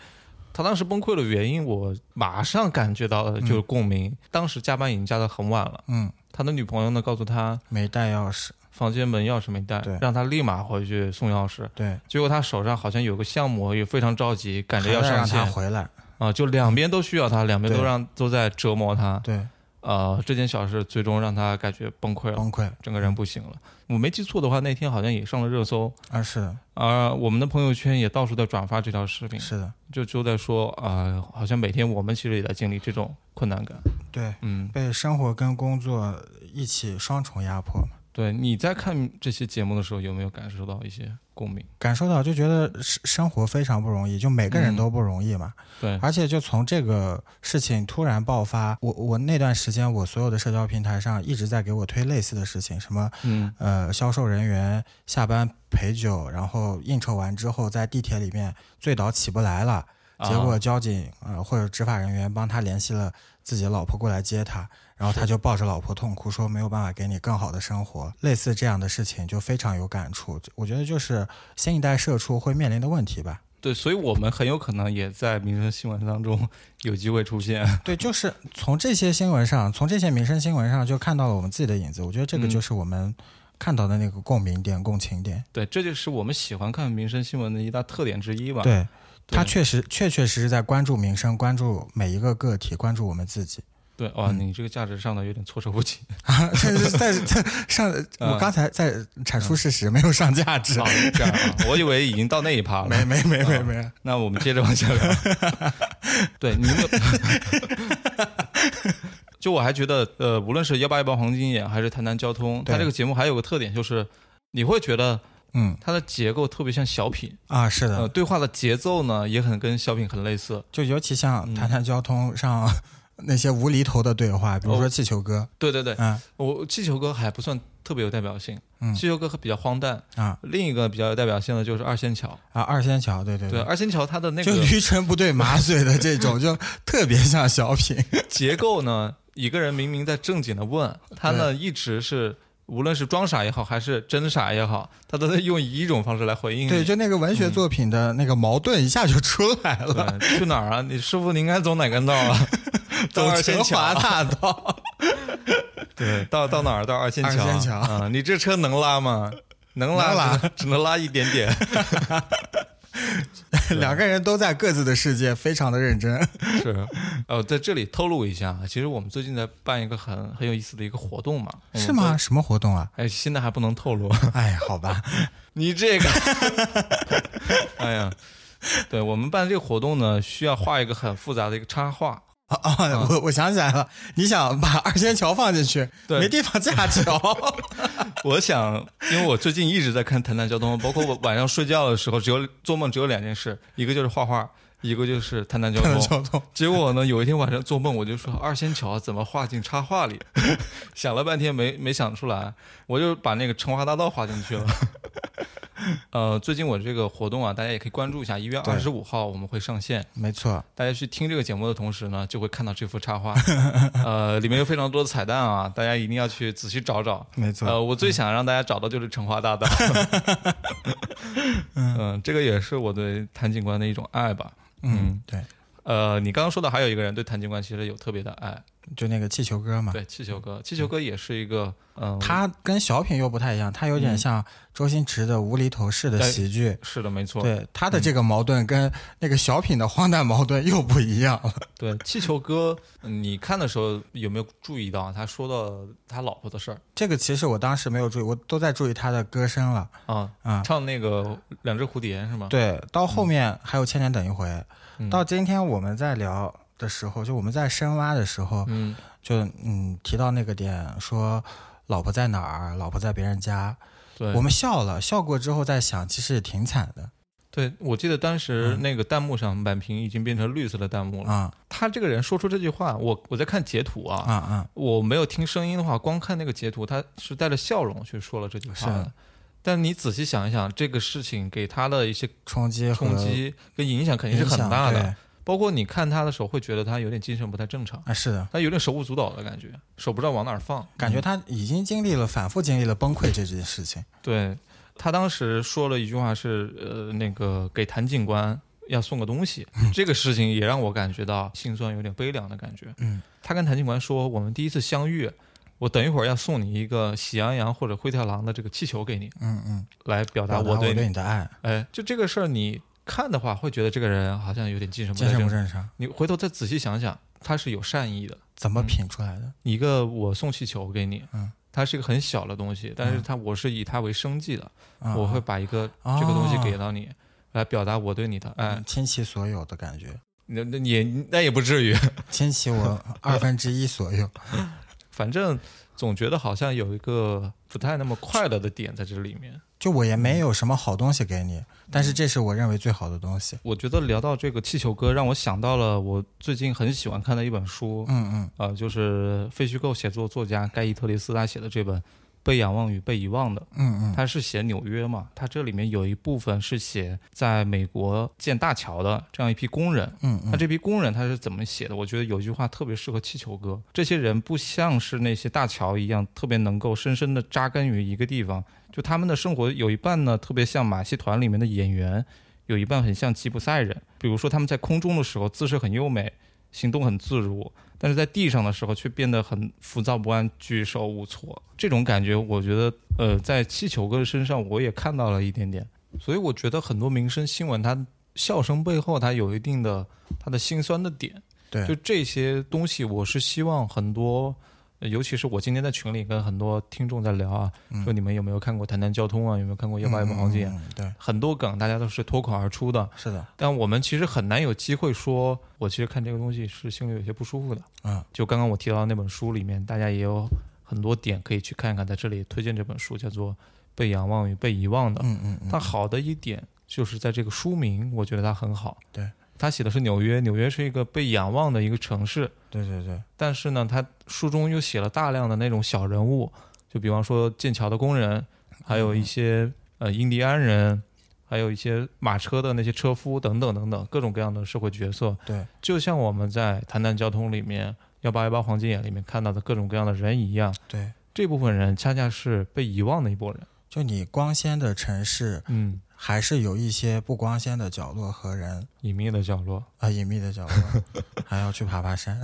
[SPEAKER 1] 他当时崩溃的原因，我马上感觉到了就是共鸣。当时加班已经加到很晚了，
[SPEAKER 2] 嗯，
[SPEAKER 1] 他的女朋友呢告诉他
[SPEAKER 2] 没带钥匙，
[SPEAKER 1] 房间门钥匙没带
[SPEAKER 2] 对，
[SPEAKER 1] 让他立马回去送钥匙。
[SPEAKER 2] 对，
[SPEAKER 1] 结果他手上好像有个项目，也非常着急，赶着
[SPEAKER 2] 还
[SPEAKER 1] 要
[SPEAKER 2] 在
[SPEAKER 1] 上
[SPEAKER 2] 让
[SPEAKER 1] 线
[SPEAKER 2] 他回来。
[SPEAKER 1] 啊、就两边都需要他，两边都
[SPEAKER 2] 对
[SPEAKER 1] 让都在折磨他。
[SPEAKER 2] 对，
[SPEAKER 1] 呃，这件小事最终让他感觉崩溃了，
[SPEAKER 2] 崩溃
[SPEAKER 1] 整个人不行了。我没记错的话，那天好像也上了热搜，
[SPEAKER 2] 啊，是的，
[SPEAKER 1] 而、我们的朋友圈也到处在转发这条视频，
[SPEAKER 2] 是的，
[SPEAKER 1] 就就在说啊、好像每天我们其实也在经历这种困难感。
[SPEAKER 2] 对，
[SPEAKER 1] 嗯，
[SPEAKER 2] 被生活跟工作一起双重压迫嘛，
[SPEAKER 1] 对，你在看这些节目的时候，有没有感受到一些共鸣？
[SPEAKER 2] 感受到就觉得生生活非常不容易，就每个人
[SPEAKER 1] 嗯
[SPEAKER 2] 都不容易嘛。
[SPEAKER 1] 对，
[SPEAKER 2] 而且就从这个事情突然爆发，我我那段时间我所有的社交平台上一直在给我推类似的事情，什么
[SPEAKER 1] 嗯，
[SPEAKER 2] 呃销售人员下班陪酒，然后应酬完之后在地铁里面醉倒起不来了，结果
[SPEAKER 1] 啊
[SPEAKER 2] 交警呃或者执法人员帮他联系了自己的老婆过来接他，然后他就抱着老婆痛哭说没有办法给你更好的生活，类似这样的事情就非常有感触，我觉得就是新一代社畜会面临的问题吧。
[SPEAKER 1] 对，所以我们很有可能也在民生新闻当中有机会出现。
[SPEAKER 2] 对，就是从这些新闻上，从这些民生新闻上，就看到了我们自己的影子。我觉得这个
[SPEAKER 1] 嗯
[SPEAKER 2] 就是我们看到的那个共鸣点、共情点。
[SPEAKER 1] 对，这就是我们喜欢看民生新闻的一大特点之一吧。
[SPEAKER 2] 对，
[SPEAKER 1] 对
[SPEAKER 2] 他确实确确实实在关注民生，关注每一个个体，关注我们自己。
[SPEAKER 1] 对，哇，
[SPEAKER 2] 嗯
[SPEAKER 1] 你这个价值上的有点措手 不及。
[SPEAKER 2] 这是在在上，
[SPEAKER 1] 嗯
[SPEAKER 2] 我刚才在阐述事实，没有上 价值。
[SPEAKER 1] 哦，这样啊，我以为已经到那一趴了。
[SPEAKER 2] 没没没
[SPEAKER 1] 嗯
[SPEAKER 2] 没没，
[SPEAKER 1] 那我们接着往 下聊。对，你们， 就我还觉得，呃，无论是幺八幺八黄金眼还是谈谈交通，它
[SPEAKER 2] 对
[SPEAKER 1] 这个节目还有个特点就是，你会觉得
[SPEAKER 2] 嗯
[SPEAKER 1] 它的结构特别像小品，
[SPEAKER 2] 啊，是
[SPEAKER 1] 呃，
[SPEAKER 2] 的，
[SPEAKER 1] 对话的节奏呢也很跟小品很类似。
[SPEAKER 2] 就尤其像
[SPEAKER 1] 嗯
[SPEAKER 2] 谈谈交通上那些无厘头的对话，比如说
[SPEAKER 1] 哦
[SPEAKER 2] 气球哥，
[SPEAKER 1] 对对对，
[SPEAKER 2] 嗯
[SPEAKER 1] 我气球哥还不算特别有代表性，
[SPEAKER 2] 嗯
[SPEAKER 1] 气球哥比较荒诞。
[SPEAKER 2] 啊
[SPEAKER 1] 另一个比较有代表性的就是二仙桥，
[SPEAKER 2] 啊，二仙桥，对对
[SPEAKER 1] 对，二仙桥它的那
[SPEAKER 2] 就
[SPEAKER 1] 个
[SPEAKER 2] 驴唇不对马嘴的这种，就特别像小品。
[SPEAKER 1] 结构呢，一个人明明在正经的问，他呢一直是无论是装傻也好，还是真傻也好，他都在用一种方式来回应你。
[SPEAKER 2] 对，就那个文学
[SPEAKER 1] 嗯
[SPEAKER 2] 作品的那个矛盾一下就出来 了，
[SPEAKER 1] 对去哪儿啊？你师傅，你应该走哪根道啊？到
[SPEAKER 2] 走
[SPEAKER 1] 二仙
[SPEAKER 2] 成
[SPEAKER 1] 桥
[SPEAKER 2] 华
[SPEAKER 1] 啊。
[SPEAKER 2] 大道。
[SPEAKER 1] 对，到到哪儿？到二仙桥啊。
[SPEAKER 2] 二仙桥
[SPEAKER 1] 啊！你这车能拉吗？能拉，
[SPEAKER 2] 能拉
[SPEAKER 1] 只能只能拉一点点。
[SPEAKER 2] 两个人都在各自的世界，非常的认真。
[SPEAKER 1] 是，呃，在这里透露一下，其实我们最近在办一个很很有意思的一个活动嘛。嗯
[SPEAKER 2] 是吗？什么活动啊？
[SPEAKER 1] 哎，现在还不能透露。
[SPEAKER 2] 哎，好吧，
[SPEAKER 1] 你这个， 哎呀，对我们办这个活动呢，需要画一个很复杂的一个插画。
[SPEAKER 2] 啊、哦、啊！我我想起来了，你想把二仙桥放进去，
[SPEAKER 1] 对
[SPEAKER 2] 没地方架 桥。
[SPEAKER 1] 我想，因为我最近一直在看《谈谈交通》，包括我晚上睡觉的时候，只有做梦只有两件事，一个就是画画，一个就是谈谈交通。
[SPEAKER 2] 交通
[SPEAKER 1] 结果呢，有一天晚上做梦，我就说二仙桥怎么画进插画里？ 想了半天没没想出来，我就把那个成华大道画进去了。 呃，最近我这个活动啊，大家也可以关注一下。一月二十五号我们会上线，
[SPEAKER 2] 没错。
[SPEAKER 1] 大家去听这个节目的同时呢，就会看到这幅插 画，呃，里面有非常多的彩蛋啊，大家一定要去仔细找找。
[SPEAKER 2] 没错。
[SPEAKER 1] 呃，我最想让大家找到就是成华大 道。嗯、呃，这个也是我对谭警官的一种爱吧。
[SPEAKER 2] 嗯，对。
[SPEAKER 1] 呃，你刚刚说的还有一个人对谭警官其实有特别的爱，
[SPEAKER 2] 就那个气球哥嘛。
[SPEAKER 1] 对，气球哥，气球哥也是一个，嗯、呃，
[SPEAKER 2] 啊他跟小品又不太一样，他有点像周星驰的无厘头式的喜剧。
[SPEAKER 1] 是的，没错。
[SPEAKER 2] 对他的这个矛盾跟那个小品的荒诞矛盾又不一样了。
[SPEAKER 1] 对，气球哥，你看的时候有没有注意到他说到他老婆的事儿？
[SPEAKER 2] 这个其实我当时没有注意，我都在注意他的歌声了。
[SPEAKER 1] 啊
[SPEAKER 2] 啊、嗯，
[SPEAKER 1] 唱那个两只蝴蝶是吗？嗯
[SPEAKER 2] 对，到后面还有千年等一回。到今天我们在聊的时候，就我们在深挖的时候，
[SPEAKER 1] 嗯，
[SPEAKER 2] 就嗯提到那个点，说老婆在哪儿，老婆在别人家，
[SPEAKER 1] 对，
[SPEAKER 2] 我们笑了，笑过之后再想，其实也挺惨的。
[SPEAKER 1] 对，我记得当时那个弹幕上满屏已经变成绿色的弹幕了。
[SPEAKER 2] 嗯啊、嗯，
[SPEAKER 1] 他这个人说出这句话，我我在看截图啊，
[SPEAKER 2] 啊啊、嗯，嗯、
[SPEAKER 1] 我没有听声音的话，光看那个截图，他是带着笑容去说了这句话的。但你仔细想一想，这个事情给他的一些
[SPEAKER 2] 冲击、
[SPEAKER 1] 冲击跟影响肯定是很大的。包括你看他的时候，会觉得他有点精神不太正常
[SPEAKER 2] 啊，是的，
[SPEAKER 1] 他有点手舞足蹈的感觉，手不知道往哪儿放，
[SPEAKER 2] 感觉他已经经历了反复经历了崩溃这件事情。
[SPEAKER 1] 对他当时说了一句话是，呃，那个给谭警官要送个东西，
[SPEAKER 2] 嗯
[SPEAKER 1] 这个事情也让我感觉到心酸，有点悲凉的感觉。
[SPEAKER 2] 嗯，
[SPEAKER 1] 他跟谭警官说，我们第一次相遇。我等一会儿要送你一个喜羊羊或者灰太狼的这个气球给你，
[SPEAKER 2] 嗯嗯，
[SPEAKER 1] 来表达我
[SPEAKER 2] 对你的爱。
[SPEAKER 1] 哎，就这个事儿，你看的话会觉得这个人好像有点精神
[SPEAKER 2] 精神不正常。
[SPEAKER 1] 你回头再仔细想想，他是有善意的。
[SPEAKER 2] 怎么品出来的？嗯、
[SPEAKER 1] 一个我送气球给你，
[SPEAKER 2] 嗯，
[SPEAKER 1] 它是一个很小的东西，但是它我是以它为生计的，
[SPEAKER 2] 啊
[SPEAKER 1] 嗯、我会把一个这个东西给到你，哦、来表达我对你的爱，
[SPEAKER 2] 嗯倾其所有的感觉。
[SPEAKER 1] 那那也那也不至于，
[SPEAKER 2] 倾其我二分之一所有。
[SPEAKER 1] 反正总觉得好像有一个不太那么快乐的点在这里面。
[SPEAKER 2] 就我也没有什么好东西给你，但是这是我认为最好的东西。
[SPEAKER 1] 我觉得聊到这个气球哥，让我想到了我最近很喜欢看的一本书，
[SPEAKER 2] 嗯嗯，
[SPEAKER 1] 呃，就是非虚构写作作家盖伊特里斯他写的这本《被仰望与被遗忘的》，
[SPEAKER 2] 嗯嗯，
[SPEAKER 1] 他是写纽约嘛，他这里面有一部分是写在美国建大桥的这样一批工人，
[SPEAKER 2] 嗯嗯，
[SPEAKER 1] 那这批工人他是怎么写的？我觉得有句话特别适合气球哥，这些人不像是那些大桥一样，特别能够深深的扎根于一个地方。就他们的生活有一半呢，特别像马戏团里面的演员，有一半很像吉普赛人。比如说他们在空中的时候姿势很优美，行动很自如，但是在地上的时候却变得很浮躁不安、举手无措。这种感觉，我觉得，呃，在气球哥身上我也看到了一点点。所以我觉得很多民生新闻，它笑声背后它有一定的它的心酸的点。
[SPEAKER 2] 对，
[SPEAKER 1] 就这些东西，我是希望很多。呃尤其是我今天在群里跟很多听众在聊啊，嗯、说你们有没有看过《谈谈交通》啊？有没有看过《幺
[SPEAKER 2] 嗯
[SPEAKER 1] 八幺八黄金》？
[SPEAKER 2] 对，
[SPEAKER 1] 很多梗大家都是脱口而出的。
[SPEAKER 2] 是的，
[SPEAKER 1] 但我们其实很难有机会说，我其实看这个东西是心里有些不舒服的。
[SPEAKER 2] 嗯，
[SPEAKER 1] 就刚刚我提到那本书里面，大家也有很多点可以去看看，在这里推荐这本书叫做《被仰望与被遗忘的》。
[SPEAKER 2] 嗯,嗯嗯，
[SPEAKER 1] 它好的一点就是在这个书名，我觉得它很好。
[SPEAKER 2] 对。
[SPEAKER 1] 他写的是纽约，纽约是一个被仰望的一个城市。
[SPEAKER 2] 对对对。
[SPEAKER 1] 但是呢，他书中又写了大量的那种小人物，就比方说剑桥的工人，还有一些、嗯、呃印第安人，还有一些马车的那些车夫等等等等各种各样的社会角色。
[SPEAKER 2] 对，
[SPEAKER 1] 就像我们在《谈谈交通》里面、幺八幺八黄金眼里面看到的各种各样的人一样。
[SPEAKER 2] 对，
[SPEAKER 1] 这部分人恰恰是被遗忘的一拨人。
[SPEAKER 2] 就你光鲜的城市，
[SPEAKER 1] 嗯。
[SPEAKER 2] 还是有一些不光鲜的角落和人，
[SPEAKER 1] 隐秘的角落
[SPEAKER 2] 啊、呃，隐秘的角落，还要去爬 爬山。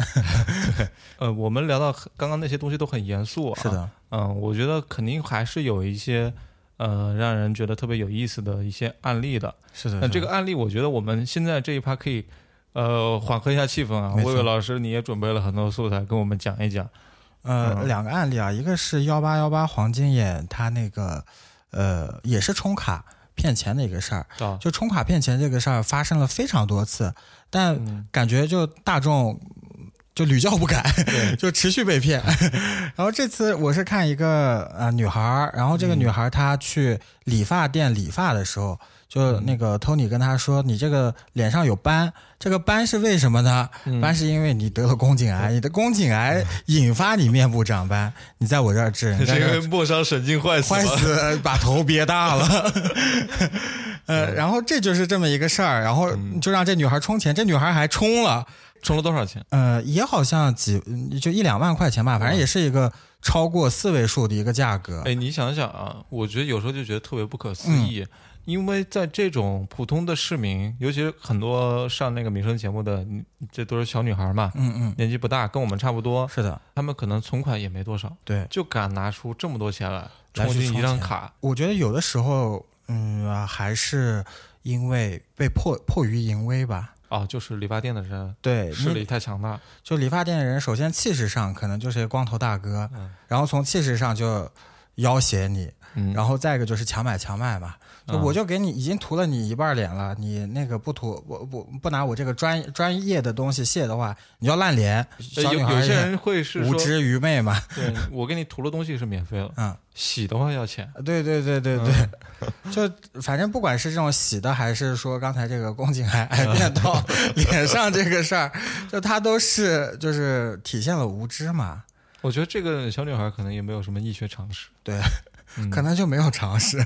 [SPEAKER 1] 对，呃，我们聊到刚刚那些东西都很严肃啊，
[SPEAKER 2] 是的，
[SPEAKER 1] 嗯、呃，我觉得肯定还是有一些呃让人觉得特别有意思的一些案例的。
[SPEAKER 2] 是的，
[SPEAKER 1] 那这
[SPEAKER 2] 是的
[SPEAKER 1] 个案例，我觉得我们现在这一趴可以，呃，缓和一下气氛啊。
[SPEAKER 2] 没错
[SPEAKER 1] 魏魏老师，你也准备了很多素材跟我们讲一讲。
[SPEAKER 2] 呃，
[SPEAKER 1] 嗯
[SPEAKER 2] 两个案例啊，一个是幺八幺八黄金眼，他那个呃也是充卡骗钱的一个事儿，
[SPEAKER 1] 啊，
[SPEAKER 2] 就充卡骗钱这个事儿发生了非常多次，但
[SPEAKER 1] 嗯，
[SPEAKER 2] 感觉就大众就屡教不改，
[SPEAKER 1] 对， 嗯
[SPEAKER 2] 就持续被骗。 然后这次我是看一个呃女孩儿，然后这个
[SPEAKER 1] 嗯
[SPEAKER 2] 女孩儿她去理发店理发的时候，
[SPEAKER 1] 嗯
[SPEAKER 2] 就那个 Tony 跟她说：“你这个脸上有斑，这个斑是为什么呢？
[SPEAKER 1] 嗯
[SPEAKER 2] 斑是因为你得了宫颈癌，你的宫颈癌引发你面部长斑，你在我这儿治，你在
[SPEAKER 1] 这
[SPEAKER 2] 这儿
[SPEAKER 1] 个末梢神经坏死
[SPEAKER 2] 坏
[SPEAKER 1] 了。
[SPEAKER 2] 死，把头憋大 了。呃，然后这就是这么一个事儿，然后
[SPEAKER 1] 嗯
[SPEAKER 2] 就让这女孩充钱，这女孩还充了，
[SPEAKER 1] 充了多少钱？
[SPEAKER 2] 呃，也好像几嗯就一两万块钱吧，反正也是一个超过四位数的一个价格。
[SPEAKER 1] 哎，你想想啊，我觉得有时候就觉得特别不可思议，因为在这种普通的市民，尤其是很多上那个民生节目的，你这都是小女孩嘛，
[SPEAKER 2] 嗯嗯，
[SPEAKER 1] 年纪不大，跟我们差不多，
[SPEAKER 2] 是的，
[SPEAKER 1] 她们可能存款也没多少，
[SPEAKER 2] 对，
[SPEAKER 1] 就敢拿出这么多钱来
[SPEAKER 2] 来
[SPEAKER 1] 充
[SPEAKER 2] 去
[SPEAKER 1] 进一
[SPEAKER 2] 充
[SPEAKER 1] 张
[SPEAKER 2] 钱
[SPEAKER 1] 卡。
[SPEAKER 2] 我觉得有的时候，嗯，啊还是因为被迫迫于淫威吧。
[SPEAKER 1] 啊，就是理发店的人
[SPEAKER 2] 对，
[SPEAKER 1] 势
[SPEAKER 2] 你
[SPEAKER 1] 力太强大，
[SPEAKER 2] 就理发店的人，首先气势上可能就是一个光头大哥，
[SPEAKER 1] 嗯
[SPEAKER 2] 然后从气势上就要挟你，
[SPEAKER 1] 嗯
[SPEAKER 2] 然后再一个就是强买强卖嘛，就我就给你已经涂了你一半脸了，你那个不涂我不不拿我这个专专业的东西卸的话，你要烂脸。
[SPEAKER 1] 呃
[SPEAKER 2] 小
[SPEAKER 1] 有
[SPEAKER 2] 女孩
[SPEAKER 1] 有些
[SPEAKER 2] 也
[SPEAKER 1] 人会是
[SPEAKER 2] 无
[SPEAKER 1] 说，
[SPEAKER 2] 知愚昧嘛，
[SPEAKER 1] 对我给你涂了东西是免费了，
[SPEAKER 2] 嗯，
[SPEAKER 1] 洗的话要钱。
[SPEAKER 2] 对对对对对，嗯 就反正不管是这种洗的，还是说刚才这个宫颈癌癌变到脸上这个事儿，就它都是就是体现了无知嘛，
[SPEAKER 1] 我觉得这个小女孩可能也没有什么医学常识，
[SPEAKER 2] 对
[SPEAKER 1] 嗯，
[SPEAKER 2] 可能就没有尝 试。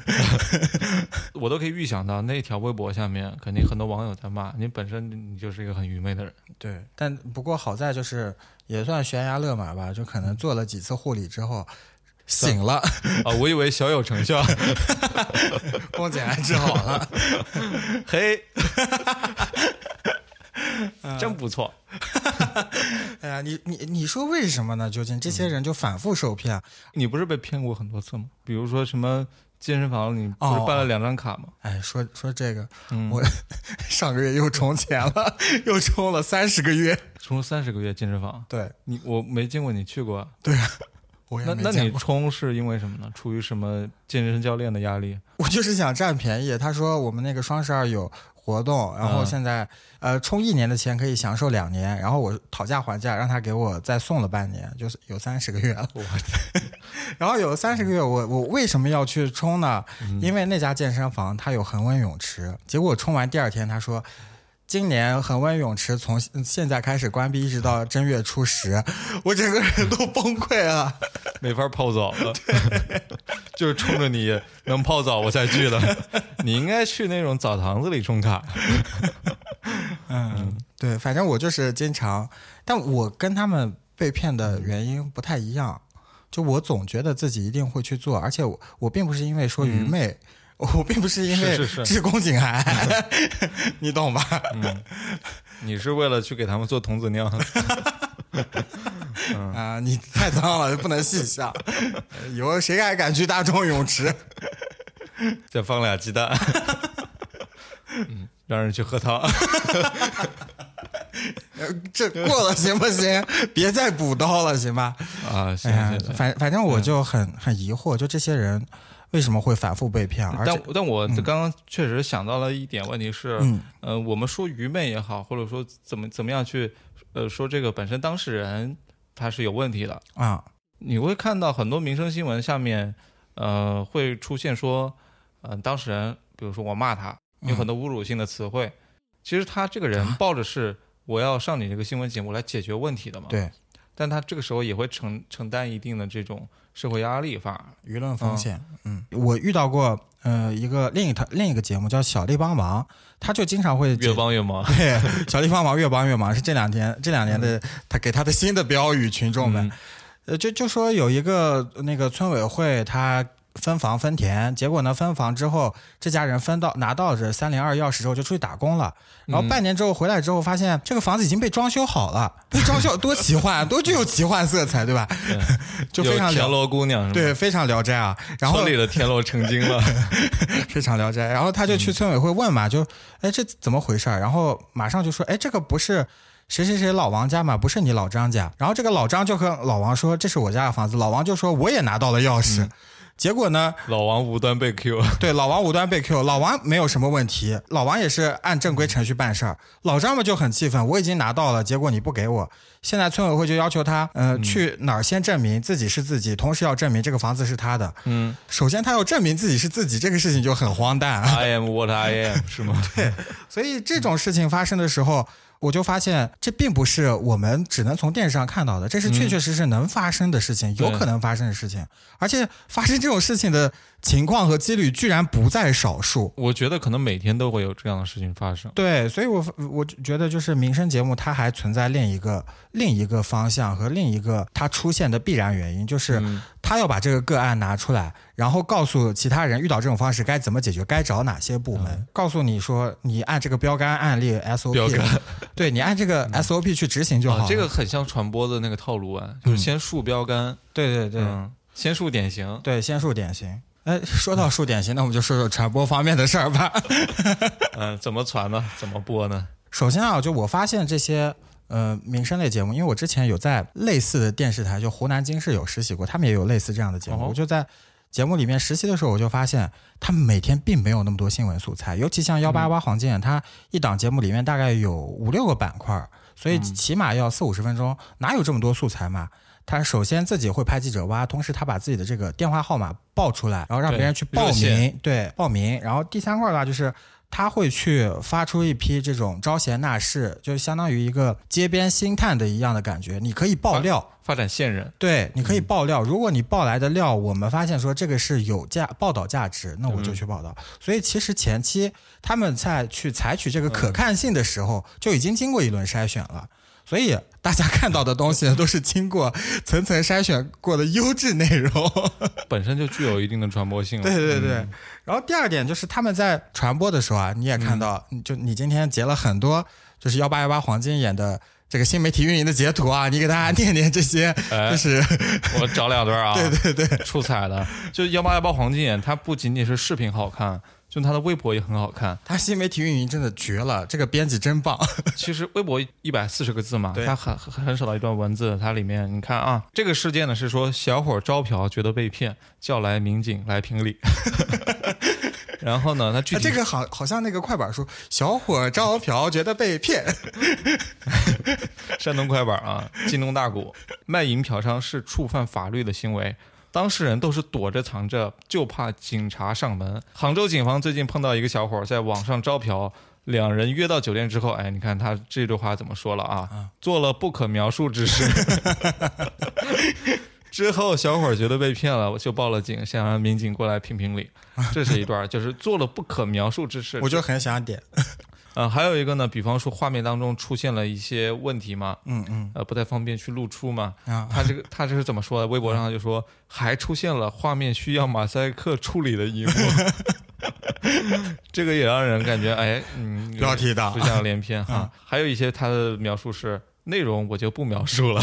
[SPEAKER 1] 我都可以预想到那条微博下面肯定很多网友在骂你，本身你就是一个很愚昧的人。
[SPEAKER 2] 对，但不过好在就是也算悬崖勒马吧，就可能做了几次护理之后。醒了，
[SPEAKER 1] 啊，我以为小有成效，
[SPEAKER 2] 宫颈癌治好了。
[SPEAKER 1] 嘿，真不错。
[SPEAKER 2] 哎呀，你你你说为什么呢？究竟这些人就反复受骗？
[SPEAKER 1] 你不是被骗过很多次吗？比如说什么健身房，你不是
[SPEAKER 2] 哦
[SPEAKER 1] 办了两张卡吗？
[SPEAKER 2] 哎，说说这个，
[SPEAKER 1] 嗯
[SPEAKER 2] 我 上个月又充钱了，又充了三十个月。
[SPEAKER 1] 充三十个月健身房，
[SPEAKER 2] 对，
[SPEAKER 1] 你我没见过你去过啊，
[SPEAKER 2] 我也
[SPEAKER 1] 那
[SPEAKER 2] 没
[SPEAKER 1] 那
[SPEAKER 2] 见
[SPEAKER 1] 你
[SPEAKER 2] 过
[SPEAKER 1] 冲是因为什么呢？出于什么健身教练的压力？
[SPEAKER 2] 我就是想占便宜。他说我们那个双十二有活动，然后
[SPEAKER 1] 嗯
[SPEAKER 2] 现在、呃充一年的钱可以享受两年，然后我讨价还价，让他给我再送了半年，就是有三十个月了。
[SPEAKER 1] 我
[SPEAKER 2] 然后有三十个月，我我为什么要去充呢？
[SPEAKER 1] 嗯
[SPEAKER 2] 因为那家健身房它有恒温泳池，结果充完第二天他说。今年恒温泳池从现在开始关闭，一直到正月初十，我整个人都崩溃了。
[SPEAKER 1] 没法泡澡 了，就是冲着你能泡澡我才去的。你应该去那种澡堂子里充卡。
[SPEAKER 2] 嗯，对，反正我就是经常，但我跟他们被骗的
[SPEAKER 1] 嗯
[SPEAKER 2] 原因不太一样，就我总觉得自己一定会去做，而且我我并不是因为说愚昧。我并不是因
[SPEAKER 1] 嗯
[SPEAKER 2] 为
[SPEAKER 1] 是是是
[SPEAKER 2] 是宫颈癌， 你懂吧？
[SPEAKER 1] 你是为了去给他们做童子尿？嗯
[SPEAKER 2] 啊、你太脏了，不能细想。以后谁还敢去大众泳池？
[SPEAKER 1] 再放俩鸡 蛋，嗯，让人去喝汤。
[SPEAKER 2] 呃这过了行不行？别再补刀了，行吧？
[SPEAKER 1] 啊，行
[SPEAKER 2] 哎呀
[SPEAKER 1] 行，行。嗯
[SPEAKER 2] 反反正我就很很疑惑，就这些人为什么会反复被骗？而
[SPEAKER 1] 但
[SPEAKER 2] 且，嗯
[SPEAKER 1] 但我刚刚确实想到了一点，问题是，呃，我们说愚昧也好，或者说怎么怎么样去，呃，说这个本身当事人他是有问题的，
[SPEAKER 2] 啊，
[SPEAKER 1] 你会看到很多民生新闻下面，呃，会出现说，呃，当事人，比如说我骂他，有很多侮辱性的词
[SPEAKER 2] 嗯
[SPEAKER 1] 汇。其实他这个
[SPEAKER 2] 啊
[SPEAKER 1] 人抱着是我要上你这个新闻节目来解决问题的嘛，。
[SPEAKER 2] 对，
[SPEAKER 1] 但他这个时候也会承承担一定的这种社会压力，反而，
[SPEAKER 2] 舆论风险。嗯，我遇到过，呃，一个另一套另一个节目叫《小丽帮忙》，他就经常会
[SPEAKER 1] 越帮越忙。
[SPEAKER 2] 对 小丽帮忙越帮越忙是这两天这两年
[SPEAKER 1] 嗯
[SPEAKER 2] 的、他给他的新的标语，群众们，呃，就就说有一个那个村委会他。分房分田，结果呢分房之后，这家人分到拿到这三零二钥匙之后就出去打工了，
[SPEAKER 1] 嗯
[SPEAKER 2] 然后半年之后回来之后发现这个房子已经被装修好 了，被装修多奇幻，多具有奇幻色彩，对吧？ 就非
[SPEAKER 1] 嗯有
[SPEAKER 2] 常
[SPEAKER 1] 田
[SPEAKER 2] 聊
[SPEAKER 1] 螺姑娘是吧？
[SPEAKER 2] 对，非常聊斋啊。然后
[SPEAKER 1] 村里的田螺成精 了，
[SPEAKER 2] 非常聊斋。然后他就去村委会问嘛，就哎这怎么回事儿？然后马上就说，哎这个不是谁谁谁老王家嘛，不是你老张家。然后这个老张就和老王说这是我家的房子，老王就说我也拿到了钥匙。结果呢？
[SPEAKER 1] 老王无端被 Q，
[SPEAKER 2] 对，老王无端被 Q，老王没有什么问题，老王也是按正规程序办事儿。老张嘛就很气愤，我已经拿到了，结果你不给我。现在村委会就要求他，呃，去哪儿先证明自己是自己，同时要证明这个房子是他的。
[SPEAKER 1] 嗯
[SPEAKER 2] 首先，他要证明自己是自己，这个事情就很荒诞。
[SPEAKER 1] ，I am what I am 是 吗？
[SPEAKER 2] 所以这种事情发生的时候，我就发现这并不是我们只能从电视上看到的，这是确确实实能发生的事情，有可能发生的事情，而且发生这种事情的情况和几率居然不在少数。
[SPEAKER 1] 我觉得可能每天都会有这样的事情发生。
[SPEAKER 2] 对，所以我我觉得就是民生节目，它还存在另一个另一个方向和另一个它出现的必然原因，就是
[SPEAKER 1] 嗯
[SPEAKER 2] 他要把这个个案拿出来，然后告诉其他人遇到这种方式该怎么解决，该找哪些部门，告诉你说你按这个标杆案例 SOP，
[SPEAKER 1] 嗯标杆 嗯
[SPEAKER 2] 对你按这个 SOP 去执行就好了。
[SPEAKER 1] 啊，这个很像传播的那个套路啊，就是先树标杆，
[SPEAKER 2] 对对对、
[SPEAKER 1] 嗯，先树典 型，
[SPEAKER 2] 对，先树典型。哎，说到树典型，那我们就说说传播方面的事儿吧。
[SPEAKER 1] 嗯，怎么传呢？怎么播呢？
[SPEAKER 2] 首先啊，就我发现这些呃民生类节目，因为我之前有在类似的电视台，就湖南经视有实习过，他们也有类似这样的节目。
[SPEAKER 1] 哦
[SPEAKER 2] 我就在节目里面实习的时候，我就发现他们每天并没有那么多新闻素材，尤其像幺八八黄金眼，它一档节目里面大概有五六个板块，所
[SPEAKER 1] 嗯
[SPEAKER 2] 以起码要四五十分钟，哪有这么多素材嘛？他首先自己会拍记者挖，同时他把自己的这个电话号码报出来，然后让
[SPEAKER 1] 对
[SPEAKER 2] 别人去报
[SPEAKER 1] 热线
[SPEAKER 2] 名。对，报名。然后第三块的话就是。他会去发出一批这种招贤纳士，就相当于一个街边星探的一样的感觉。你可以爆料，
[SPEAKER 1] 发展线人，
[SPEAKER 2] 对，你可以爆料。如果你爆来的料，我们发现说这个是有价报道价值，那我就去报道。所以其实前期他们在去采取这个可看性的时候，就已经经过一轮筛选了。所以大家看到的东西都是经过层层筛选过的优质内容。
[SPEAKER 1] 本身就具有一定的传播性了。
[SPEAKER 2] 对对对
[SPEAKER 1] 嗯，。
[SPEAKER 2] 然后第二点就是他们在传播的时候啊，你也看到，就你今天截了很多，就是幺八幺八黄金眼的这个新媒体运营的截图啊，你给大家念念这些，
[SPEAKER 1] 哎
[SPEAKER 2] 就，是
[SPEAKER 1] 我找两段啊，
[SPEAKER 2] 对对对，
[SPEAKER 1] 出彩的，就幺八幺八黄金眼，它不仅仅是视频好看，就它的微博也很好 看。
[SPEAKER 2] 他新媒体运营真的绝了，这个编辑 真棒。
[SPEAKER 1] 其实微博一百四十个字嘛，
[SPEAKER 2] 对
[SPEAKER 1] 它很很很少的一段文字，它里面你看啊，这个事件呢是说小伙招嫖觉得被骗，叫来民警来评 理。然后呢，他具
[SPEAKER 2] 啊
[SPEAKER 1] 体
[SPEAKER 2] 这个好好像那个快板书，小伙招嫖觉得被骗，
[SPEAKER 1] 山东快板啊， 京东大鼓卖淫嫖娼是触犯法律的行为，当事人都是躲着藏着，就怕警察上门。杭州警方最近碰到一个小伙儿在网上招嫖，两人约到酒店之后，哎，你看他这句话怎么说了啊？做了不可描述之事。 之后，小伙儿觉得被骗了，就报了警，想让民警过来评评理。这是一段儿，就是做了不可描述之事。
[SPEAKER 2] 我就很想点。
[SPEAKER 1] 呃，还有一个呢，比方说画面当中出现了一些问题嘛，
[SPEAKER 2] 嗯嗯
[SPEAKER 1] 呃，不太方便去露出嘛。
[SPEAKER 2] 啊，嗯
[SPEAKER 1] 他这个他这是怎么说的？微博上就说还出现了画面需要马赛克处理的一幕， 这个也让人感觉哎，嗯，
[SPEAKER 2] 标题党
[SPEAKER 1] 浮想联
[SPEAKER 2] 啊
[SPEAKER 1] 翩哈。还有一些他的描述是内容我就不描述 了，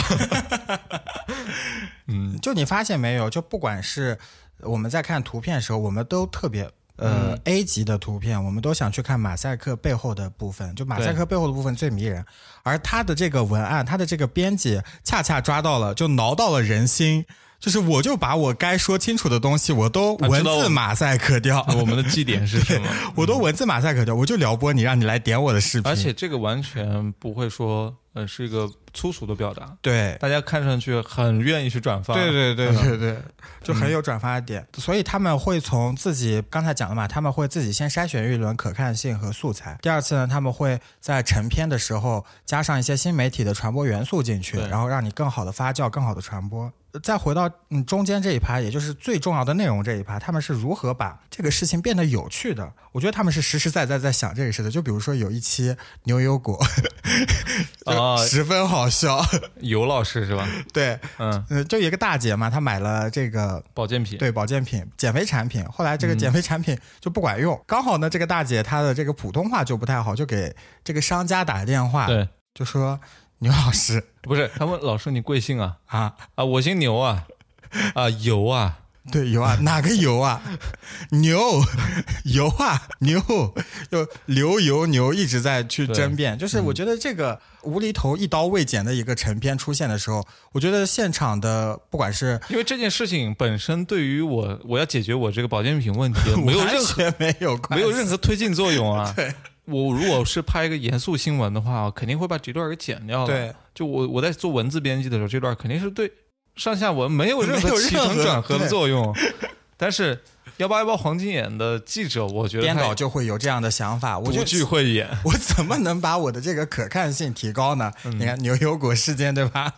[SPEAKER 1] 嗯，
[SPEAKER 2] 就你发现没有？就不管是我们在看图片的时候，我们都特别呃、A
[SPEAKER 1] 嗯
[SPEAKER 2] 级的图片，我们都想去看马赛克背后的部分，就马赛克背后的部分最迷人。而他的这个文案，他的这个编辑，恰恰抓到了，就挠到了人心。就是我就把我该说清楚的东西，我都
[SPEAKER 1] 啊知
[SPEAKER 2] 文
[SPEAKER 1] 道
[SPEAKER 2] 字
[SPEAKER 1] 我
[SPEAKER 2] 马赛克掉，
[SPEAKER 1] 我们的基点是什么？
[SPEAKER 2] 我都文字马赛克掉，我就撩拨你，让你来点我的视频。
[SPEAKER 1] 而且这个完全不会说呃是一个粗俗的表达，
[SPEAKER 2] 对，
[SPEAKER 1] 大家看上去很愿意去转发，
[SPEAKER 2] 对对对对对，就很有转发点。所以他们会从自己刚才讲了嘛，他们会自己先筛选一轮可看性和素材。第二次呢，他们会在成片的时候加上一些新媒体的传播元素进去，
[SPEAKER 1] 对
[SPEAKER 2] 然后让你更好的发酵、更好的传播。呃再回到嗯中间这一趴，也就是最重要的内容这一趴，他们是如何把这个事情变得有趣的？我觉得他们是实实在在在想这个事的。就比如说有一期牛油果，
[SPEAKER 1] 啊啊
[SPEAKER 2] 十分好笑。
[SPEAKER 1] 尤老师是吧？
[SPEAKER 2] 对，
[SPEAKER 1] 嗯，
[SPEAKER 2] 呃，就一个大姐嘛，她买了这个
[SPEAKER 1] 保健品，
[SPEAKER 2] 对保健品、减肥产品，后来这个减肥产品就不管用。刚好呢，这个大姐她的这个普通话就不太好，就给这个商家打电话，
[SPEAKER 1] 对，
[SPEAKER 2] 就说牛老师
[SPEAKER 1] 不是他问老师你贵姓啊？
[SPEAKER 2] 啊，
[SPEAKER 1] 啊，我姓牛啊，啊，油啊，
[SPEAKER 2] 对油啊，哪个油啊？牛油啊牛，就流油牛一直在去争辩。就是我觉得这个无厘头一刀未剪的一个成片出现的时候，我觉得现场的不管是
[SPEAKER 1] 因为这件事情本身对于我，我要解决我这个保健品 问题没有任何
[SPEAKER 2] 何没有关
[SPEAKER 1] 没
[SPEAKER 2] 系
[SPEAKER 1] 有任何推进作用 啊。我如果是拍一个严肃新闻的话，我肯定会把这段给剪掉了。
[SPEAKER 2] 对，
[SPEAKER 1] 就我我在做文字编辑的时候，这段肯定是对上下文没有任
[SPEAKER 2] 没有
[SPEAKER 1] 何
[SPEAKER 2] 任何
[SPEAKER 1] 起承转合的作 用。但是幺八幺八黄金眼的记者，我觉得
[SPEAKER 2] 编
[SPEAKER 1] 他
[SPEAKER 2] 导就会有这样的想法，我
[SPEAKER 1] 不
[SPEAKER 2] 就
[SPEAKER 1] 具慧眼，
[SPEAKER 2] 我怎么能把我的这个可看性提高呢？
[SPEAKER 1] 嗯
[SPEAKER 2] 你看牛油果事件对吧？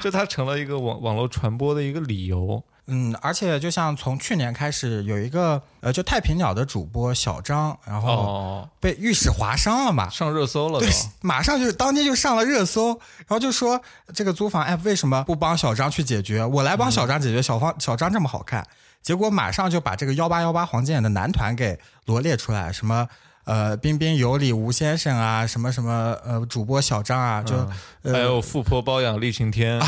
[SPEAKER 1] 这他成了一个网网络传播的一个理由。
[SPEAKER 2] 嗯，而且就像从去年开始，有一个呃，就太平鸟的主播小张，然后
[SPEAKER 1] 哦，
[SPEAKER 2] 被浴室划伤了嘛，
[SPEAKER 1] 上热搜了都
[SPEAKER 2] 对，马上就当天就上了热搜，然后就说这个租房 app 为什么不帮小张去解决？我来帮小张解决，小方小张这么好看，结果马上就把这个幺八幺八黄金眼的男团给罗列出来，什么。呃，彬彬有礼吴先生啊，什么什么呃，主播小张啊，就、
[SPEAKER 1] 还有富婆包养厉晴天，
[SPEAKER 2] 啊